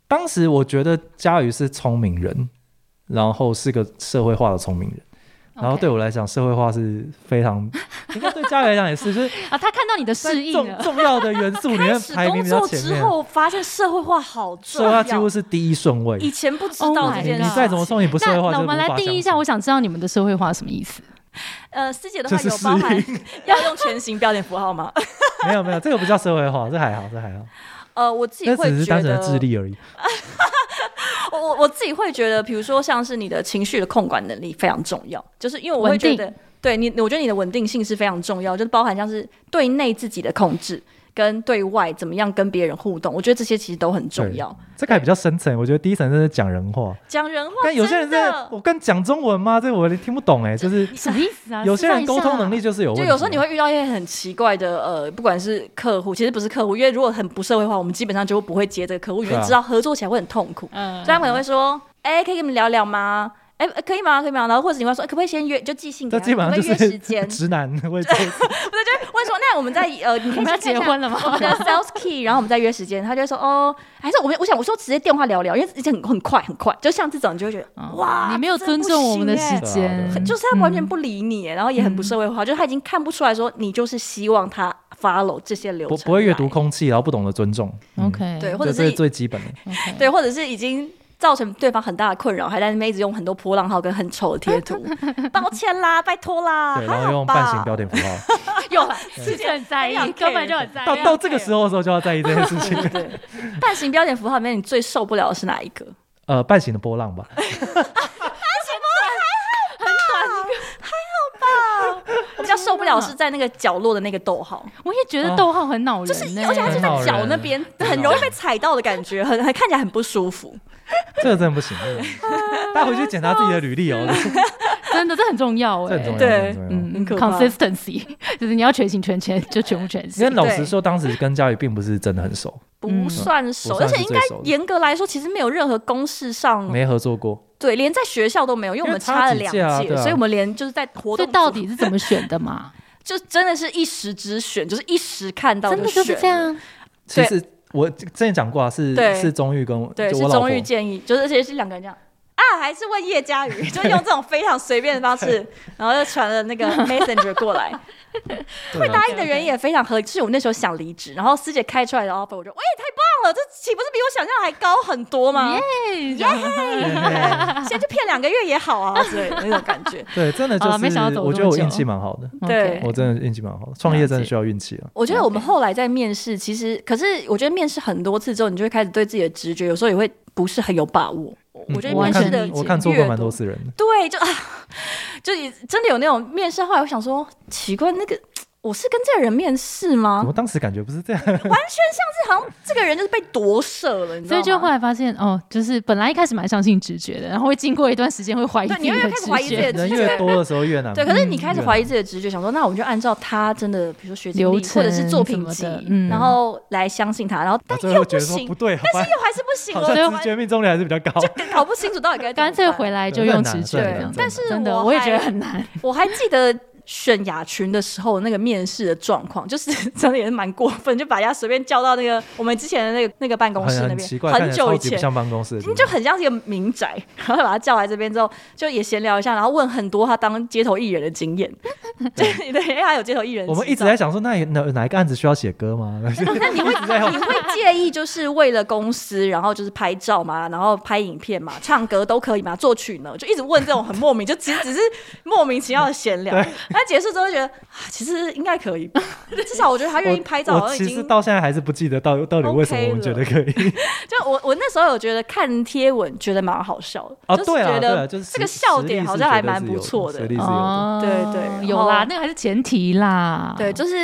当时我觉得佳宇是聪明人，然后是个社会化的聪明人。然后
OK
对我来讲，社会化是非常，应该对佳宇来讲也是，就是
啊，他看到你的
在
适应
重
了。
重要的元素里面
开始
排名
工
比较
作
前
之
面，
后，发现社会化好
社会
重
化几乎
要。
是第一顺位。
以前不知
Oh
道
my
这件事
你
god
情。
你再怎么说你不社会化，
那
就
我们来
无法
定义一
相
下，
信
我想知道你们的社会化什么意思？
呃，师姐的
就
话
是
有包含
适
要用全形标点符号吗？
没有没有，这个不叫社会化，这还好，这还好，
呃，我自己
那
会
只是
觉
单纯
得
的智力而已。
我我我自己会觉得，比如说像是你的情绪的控管能力非常重要，就是因为我会
稳
觉
定
得，对你，我觉得你的稳定性是非常重要，就是包含像是对内自己的控制。跟对外怎么样跟别人互动，我觉得这些其实都很重要。
这个还比较深层，我觉得第一层真的是讲人话，
讲人话，
但有些人
真
在
的
我跟讲中文吗？这个我连听不懂哎，就是
什么意思 啊？
有些人沟通能力
示
就是有问
就
题，啊
有时候你会遇到一些很奇怪的，呃，不管是客户，其实不是客户，因为如果很不社会化，我们基本上就不会接这个客户，因
对
为
啊
知道合作起来会很痛苦。
范一下，嗯
所以他们可能会说：“哎、可以跟你们聊聊吗？哎、呃可以吗？可以吗？”然后或者你会说：“哎、可不可以先约？就寄信给
这
他，
基本上就
可不可以约时
是
间？
直男会做
不对，就会说：那我们在呃，你
你
可以
们要
先看一
结
下
婚了吗？
我们的 sales key，然后我们再约时间。”他就会说：“哦，还是我们我想我说直接电话聊聊，因为这很很快很快，就像这种你就会觉得、
嗯
哇，
你没有
这真
尊
不
重我们的
行
时
哎
间
对啊
很，就是他完全不理你，然后也很
嗯
不社会化，就是他已经看不出来说你就是希望他 follow 这些流
不
程，
不会阅读。空气，然后不懂得尊重。嗯
OK，
对，或
这
者
这是
是
最基本的。
OK
对，或者是已经造成对方很大的困扰，还在那边一直用很多波浪号跟很丑的贴图，抱歉啦，拜托啦，
对，
还啊
然
好
后用
吧
半形标点符 号。
有了，是很在
非常
意，根本就很在意。
到到这个时候的时候就要在意这件事情。
对，半形标点符号里面你最受不了的是哪一个？
呃，半形的波浪吧，
我比较受不了是在那个角落的那个逗号，
我也
嗯
觉得逗号很恼人欸
就是
呢，
而且它是
很恼
在
人
脚那边，
很恼
很容易被踩到的感觉，很很看起来很不舒服。
这个真的不行。这 个不行大家回去检查自己的履历哦，
真的这很重要
这
哎，
很重要，
对
这很重要。
嗯
很可怕
，consistency 就是你要全心全全就全部全
因为
心。
老实说，当时跟佳宇并不是真的很熟，
不算熟，
嗯不
而
算是
且
最
应该
熟的
严格来说，其实没有任何公式上，
没合作过。
对，连在学校都没有，因为我们
因为差
了
几
两
届啊对啊
所以我们连就是在活
所
动
以到
组
底是怎么选的 嘛？
就真的是一时之选，就是一时看到
真的
选
就是这。样，啊
其实我之前讲过啊，是
对
是钟玉跟我
对，
就是我老婆
钟玉建议，就是而且是两个人这样啊，还是问叶嘉瑜，就用这种非常随便的方式，然后就传了那 个 Messenger 过来。
对啊
答应的人也非常合，就是我那时候想离职，然后师姐开出来的 offer，我就喂、太棒了，这岂不是比我想象还高很多吗？嗯 先去骗两个月也好啊，之类的那种感觉。
对，真 的就
啊没想到
是
走
我觉
这
得
么
我
久嗯
运气蛮好的，
对
我真的运气蛮好的，创业真的需要运气啊。
我觉得我们后来在面试，其实可是我觉得面试很多次之后，你就会开始对自己的直觉有时候也会不是很有把握。
嗯
我觉得
我
面
看
试的
理解
我看做
阅
过蛮
读
多次人的，
对，就啊， 就也真的有那种面试，后来我想说，奇怪，那个我是跟这个人面试吗
我？当时感觉不是这样，
这好像这个人就是被夺舍了，你知道
所
吗？
以就后来发现哦，就是本来一开始蛮相信直觉的，然后会经过一段时间会怀疑
对
自
你
己
会
的
开始怀疑自
直
己的
觉。
人
直
越
觉。
多的时候越难。
对，可是你开始
嗯
怀疑自己的直觉，想说，那我们就按照他真的，比如说学经
流
历或
程
者是作品集
什么的，嗯
然后来相信他，然后但
啊我最后
又
觉
哎不
得说
行
不，对，好像
又还是不行
好
了，
像
完
直觉命中率还是比较高。
搞不清楚到底该怎么
干脆
办
回来就
对
用
这
直
很
觉
难
这
这
样
很
子，
但是
真的
我
我也
还
觉得很难。
我还记得选雅群的时候，那个面试的状况，就是 真的也是蛮过分，就把人家随便叫到那个我们之前的那个那个办公室那
很很
边
奇，怪，看
很
起来
久
超
以
级不
前。
像办公室的地方，
就很像是一个民宅，然后把他叫来这边之后，就也闲聊一下，然后问很多他当街头艺人的经验， 对对，因为他有街头艺人。
我们一直在，想说，那哪哪一个案子需要写歌吗？
那你会你会介意就是为了公司，然后就是拍照嘛，然后拍影片嘛，唱歌都可以嘛，作曲呢，就一直问这种很莫名，就其实只是莫名其妙的闲聊。他结束之后就觉得啊，其实应该可以吧，至少我觉得他愿意拍照，
我
好
我
像已
其实
经
到现在还是不记得到到底为什么
OK
我们觉得可以
就我我那时候有觉得看贴文觉得蛮好笑的，
哦，
就是
对啊，
觉
对啊，
得
就是
这个
实
笑
实
点
力
好
是
像
绝
还
对
蛮
是
不
有
错的
实力是有的。
哦
对对
有啦
然后，
那个还是前提啦。
啊
对，就是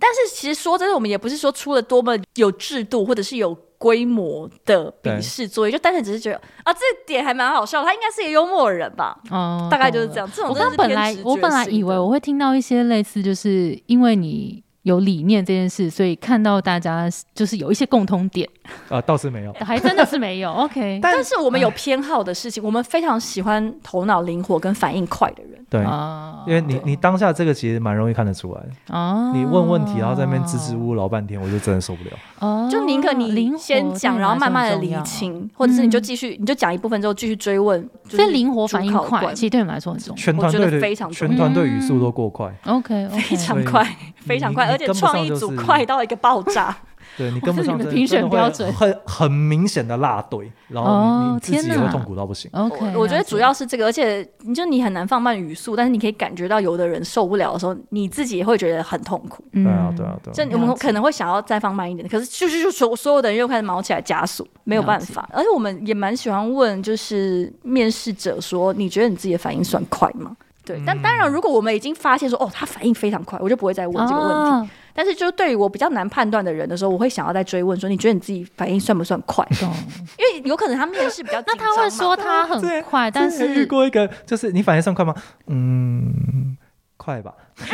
但是其实说真的，我们也不是说出了多么有制度或者是有。规模的笔
对
试作业，就单纯只是觉得啊，这点还蛮好笑的。他应该是一个幽默的人吧，
哦
大概就是
懂了
这样。这种
我
真的
刚
是
本
偏
来
直
我
觉
本来
性
以
的
为我会听到一些类似，就是因为你有理念这件事，所以看到大家就是有一些共通点，
啊，倒是没有。
还真的是没有。OK，
但哎
但是我们有偏好的事情，我们非常喜欢头脑灵活跟反应快的人。
对，
啊
因为你你当下这个其实蛮容易看得出来的，
哦
你问问题，然后在那边支支吾吾老半天，我就真的受不了。
哦，
就宁可
灵
你
活
先讲，
对
然后
你
慢慢的
来说很重
厘
要嗯
清，或者是你就继续，你就讲一部分之后继续追问。就
所以
是
灵活
主
反应
考
快，
官
其实对你们来说很重要。
全团
我
队
觉得非
的
常重要
全团队语速都过快，
OK，
非常
所以
快，非常快，
你
而且
跟不上
创意
就
组
是
快到一个爆炸。
对你跟不
哇这是
上
你们
真的，
评选
真的会
标准
很很明显的落队，然后你
哦
你自己
天
也会
哪
痛苦到不行。
OK，
我我觉得
了解
主要是这个，而且你就你很难放慢语速，但是你可以感觉到有的人受不了的时候，你自己也会觉得很痛苦。
对啊，对
嗯
啊，对
就
啊。
我们
了解
可能会想要再放慢一点，可是就是就所所有的人又开始忙起来加速，没有办法。而且我们也蛮喜欢问，就是面试者说，你觉得你自己的反应算快吗？对，
嗯
但当然，如果我们已经发现说，哦，他反应非常快，我就不会再问这个问题。
哦
但是，就是对于我比较难判断的人的时候，我会想要再追问说，你觉得你自己反应算不算 快？
懂。
因为有可能他面试比较
那他会说他很快，但
之前啊遇
是
过一个，就是你反应算快吗？嗯，快吧。
对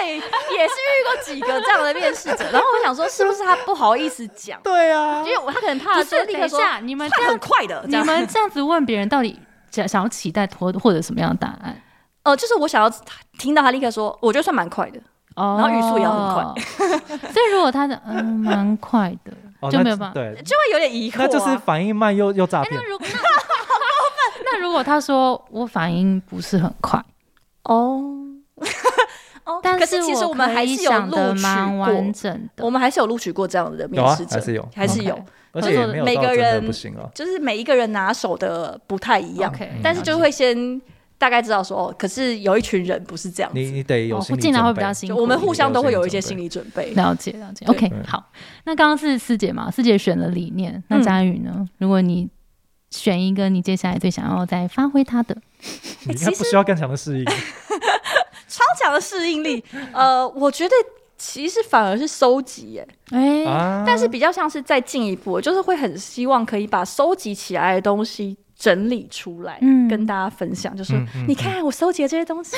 对，也是遇过几个这样的面试者，然后我想说，是不是他不好意思讲？
对啊
因，为我他可能怕
不
就是立
等
刻
一
说
下，你们这
快很
样
快的，这
你
样
们这样子问别人到底想想要期待或或者什么样的答案？
呃，就是我想要听到他立刻说，我觉得算蛮快的。
哦
然后语速也要
很快，所以如果他的嗯蛮快 的，
哦
就
那
没有办法。
对，
就会有点疑惑、啊。
那就是反应慢又又诈
哎
骗
那。如果那 那如果他说我反应不是很快，
哦哦，
但
可是其实
我
们
可
还
以
是有
想
录
得
取
蛮完
过，
整的，
我们还是有录取过这样的面
有啊
试，者，
还是有，
还是有
OK
而且也没有
每
到
个
真的
人
不行了。
就是每一个人拿手的不太一样
嗯
OK，
但是就会先大概知道说，哦，可是有一群人不是这样
你
子，
你得有
哦
心理
进来会
准
比
备
较。辛
就
苦，
我们互相都会有一些
有
心
心
理准备。
了解了解。
对
OK，好，那刚刚是师姐嘛，师姐选了理念，那
嗯
佳宇呢？如果你选一个你接下来最想要再发挥它的，
你应
哎其
该不
实
需要更强的 适应。
超强的适应力，呃，我觉得其实反而是收集耶，
哎、
啊，
但是比较像是再进一步，就是会很希望可以把收集起来的东西整理出来，
嗯
跟大家分享。就是、
嗯嗯
你看我收集的这些东 西，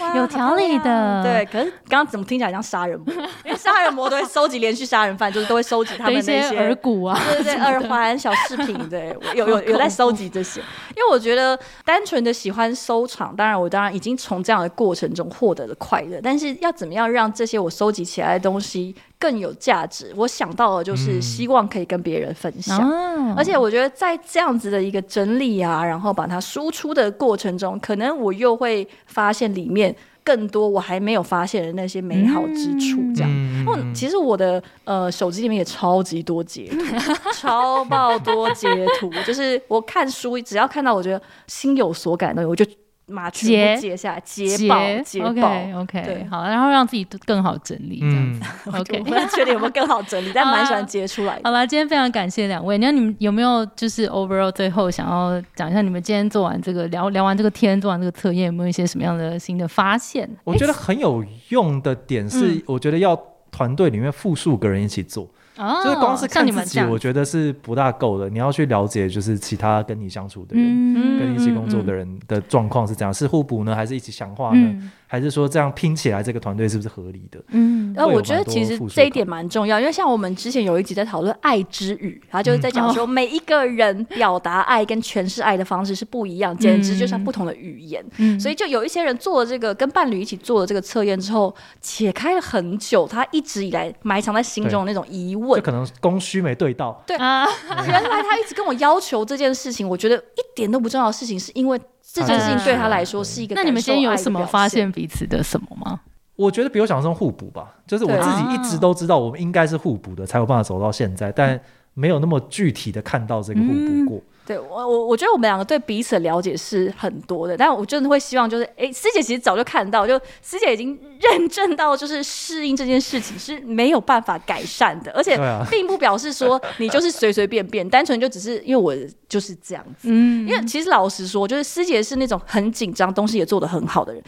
哇
有条理的
好漂亮哦对，可是刚刚怎么听起来像杀人魔？ 因为杀人魔都会收集连续杀人犯，就是都会收集他
的
们
一
那
些
些
耳 骨 啊，
对对对，耳环、小饰品，对，我有有有在收集这些，因为我觉得单纯的喜欢收藏，当然我当然已经从这样的过程中获得了快乐，但是要怎么样让这些我收集起来的东西更有价值？我想到的就是
嗯
希望可以跟别人分享。
啊
而且我觉得在这样子的一个整理啊，然后把它输出的过程中，可能我又会发现里面更多我还没有发现的那些美好之处，这样。
嗯
哦，其实我的呃手机里面也超级多截 图，超爆多截图，就是我看书只要看到我觉得心有所感的东西，我就马全
截
部截下来，截爆截爆。
OK OK，
对
好，然后让自己更好整理这样子。
嗯，
我
OK，
不太确定有没有更好整理， 但
好啊
蛮喜欢截出来的。
好啦，今天非常感谢两位。那你们有没有就是 overall 最后想要讲一下，你们今天做完这个聊聊完这个天，做完这个测验，有没有一些什么样的新的发现？
我觉得很有用的点
嗯
是，我觉得要团队里面复数个人一起做，
哦，
就是光是
像
看
你
自
们这
己，
样
我，觉得是不大够的。你要去了解，就是其他跟你相处的人。
嗯
跟你一起工作的
人，
人的状况是怎样？是互补呢，还是一起强化呢？
嗯
还是说这样拼起来这个团队是不是合理的？
嗯，
呃，
会有
我觉得
蛮多
其实
附属
这一
感
点蛮重要，因为像我们之前有一集在讨论爱之语，然后就是在讲
嗯
说每一个人表达爱跟诠释爱的方式是不一样，简直就像不同的语言。
嗯
所以就有一些人做了这个跟伴侣一起做了这个测验之后，解开了很久他一直以来埋藏在心中的那种疑
就
问。
可能供需没对到，
啊，
原来他一直跟我要求这件事情，我觉得一点都不重要的事情，是因为这件事情啊对他来说是一个
那
感受爱的表现。
你们今天有什么发现彼此的什么吗？
我觉得比我想象中互补吧，就是我
对
自己一直都知道我们应该是互补的，才有办法走到现在，但没有那么具体的看到这个互补过。
对我我我觉得我们两个对彼此的了解是很多的，但我真的会希望就是，哎，师姐其实早就看到，就师姐已经认证到，就是适应这件事情是没有办法改善的，而且
对 啊
并不表示说你就是随随便便， 单纯就只是因为我就是这样子。
嗯，
因为其实老实说，就是师姐是那种很紧张，东西也做得很好的人。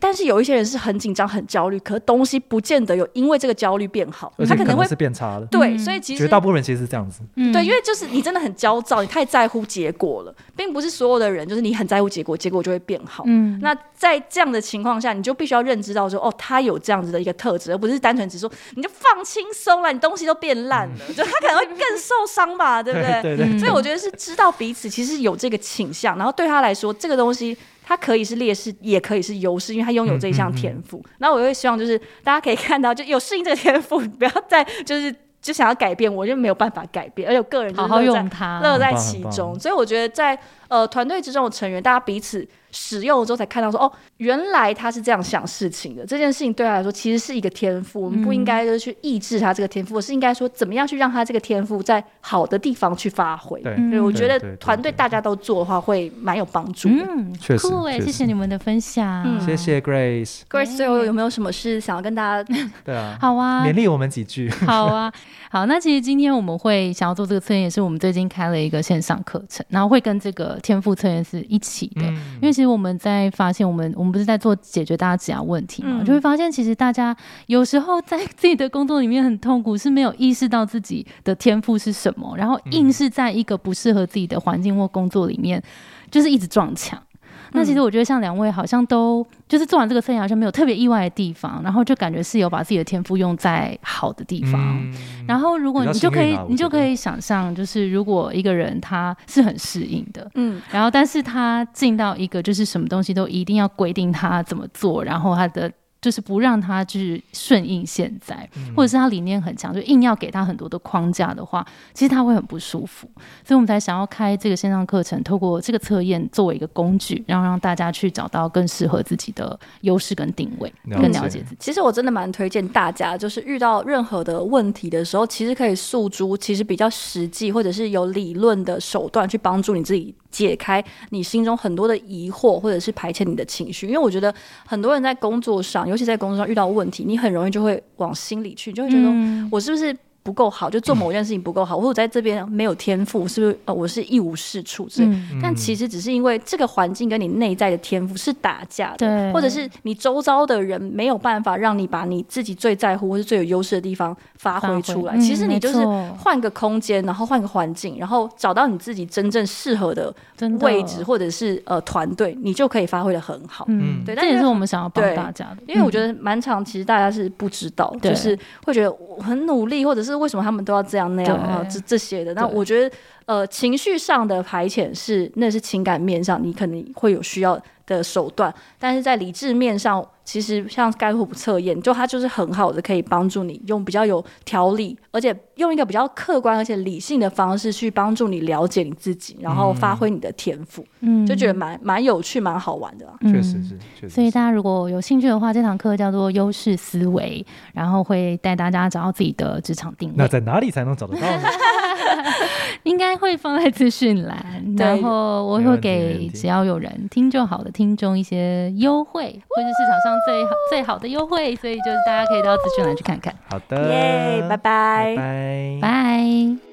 但是有一些人是很紧张、很焦虑，可是东西不见得有因为这个焦虑变好，
而
他
且可
能会
能是变差了。
对，
嗯
所以其实
绝大部分人其实是这样子，
嗯
对，因为就是你真的很焦躁，你太在乎结果了，并不是所有的人就是你很在乎结果，结果就会变好。
嗯
那在这样的情况下，你就必须要认知到说，哦，他有这样子的一个特质，而不是单纯只说你就放轻松了，你东西都变烂了，就他可能会更受伤吧，对不对？
对对，
嗯
所以我觉得是知道彼此其实有这个倾向，然后对他来说，这个东西他可以是劣势，也可以是优势，因为他拥有这一项天赋。那、我会希望就是大家可以看到，就有适应这个天赋，不要再就是就想要改变，我就没有办法改变，而且我个人就是
好好
乐在
用它，
乐在
很棒
其
很
中。
棒
所以我觉得在呃团队之中的成员，大家彼此使用了之后，才看到说哦，原来他是这样想事情的。这件事情对他来说其实是一个天赋，我们
嗯
不应该就是去抑制他这个天赋，而是应该说怎么样去让他这个天赋在好的地方去发挥。
对
嗯
对，我觉
对
得
对
团
对
队
对
大家都做的话，会蛮有帮助的。
嗯，
确实
酷哎，
确
谢谢
实
你们的分享，
嗯
谢谢 Grace，
Grace，最后有没有什么事想要跟大家？
对啊，
好啊，
勉励我们几句，
好啊，好，那其实今天我们会想要做这个测验，也是我们最近开了一个线上课程，然后会跟这个天赋测验是一起的。
嗯
因为其实我们在发现，我们我们不是在做解决大家职涯问题嘛，
嗯
就会发现其实大家有时候在自己的工作里面很痛苦，是没有意识到自己的天赋是什么，然后
嗯
硬是在一个不适合自己的环境或工作里面，就是一直撞墙。那
嗯
其实我觉得，像两位好像都就是做完这个测验，好像没有特别意外的地方，然后就感觉是有把自己的天赋用在好的地方。
嗯
然后，如果
比较
你就
幸
可
运
以
啦，我
你就
觉得
可以想象，就是如果一个人他是很适应的，
嗯，
然后但是他进到一个就是什么东西都一定要规定他怎么做，然后他的就是不让他去顺应现
嗯
在，或者是他理念很强，就硬要给他很多的框架的话，其实他会很不舒服。所以我们才想要开这个线上课程，透过这个测验作为一个工具，然后让大家去找到更适合自己的优势跟定位，
了
更
解
了解自己。
其实我真的蛮推荐大家，就是遇到任何的问题的时候，其实可以诉诸其实比较实际或者是有理论的手段去帮助你自己解开你心中很多的疑惑或者是排遣你的情绪。因为我觉得很多人在工作上，尤其在工作上遇到问题，你很容易就会往心里去，你就会觉得说
嗯
我是不是不够好，就做某件事情不够好，或者我在这边没有天赋，是不是呃我是一无是处之类的。
嗯，
但其实只是因为这个环境跟你内在的天赋是打架的，
对，
或者是你周遭的人没有办法让你把你自己最在乎或是最有优势的地方发挥出来。
嗯
其实你
没
就是
错
换个空间，然后换个环境，然后找到你自己真正适合的
真的
位置，或者是呃团队，你就可以发挥的很好。
嗯，
对但
这也
是
是我们想要帮
对
大家的，嗯
因为我觉
得
得蛮长，其实大家是不知道，
对
就是会觉得我很努力，或者是为什么他们都要这样那样
对
啊，这这些的。那
对
我觉得，呃，情绪上的排遣是那是情感面上，你可能会有需要的手段，但是在理智面上，其实像盖洛普测验，就它就是很好的可以帮助你用比较有条理，而且用一个比较客观而且理性的方式去帮助你了解你自己，然后发挥你的天赋，
嗯
就觉得蛮蛮有趣、蛮好玩的啊。
确实
嗯
是，确实是，
所以大家如果有兴趣的话，这堂课叫做优势思维，然后会带大家找到自己的职场定
那
位，
在哪里才能找得到呢？
应该会放在资讯栏。
对
然后我
没问
会
题没
给
问题
只要有人听就好的听众一些优惠，或是市场上最好最好的优惠，
嗯
嗯 所以就是大家可以到资讯栏去看看。
好的，
耶，拜拜
拜拜
拜。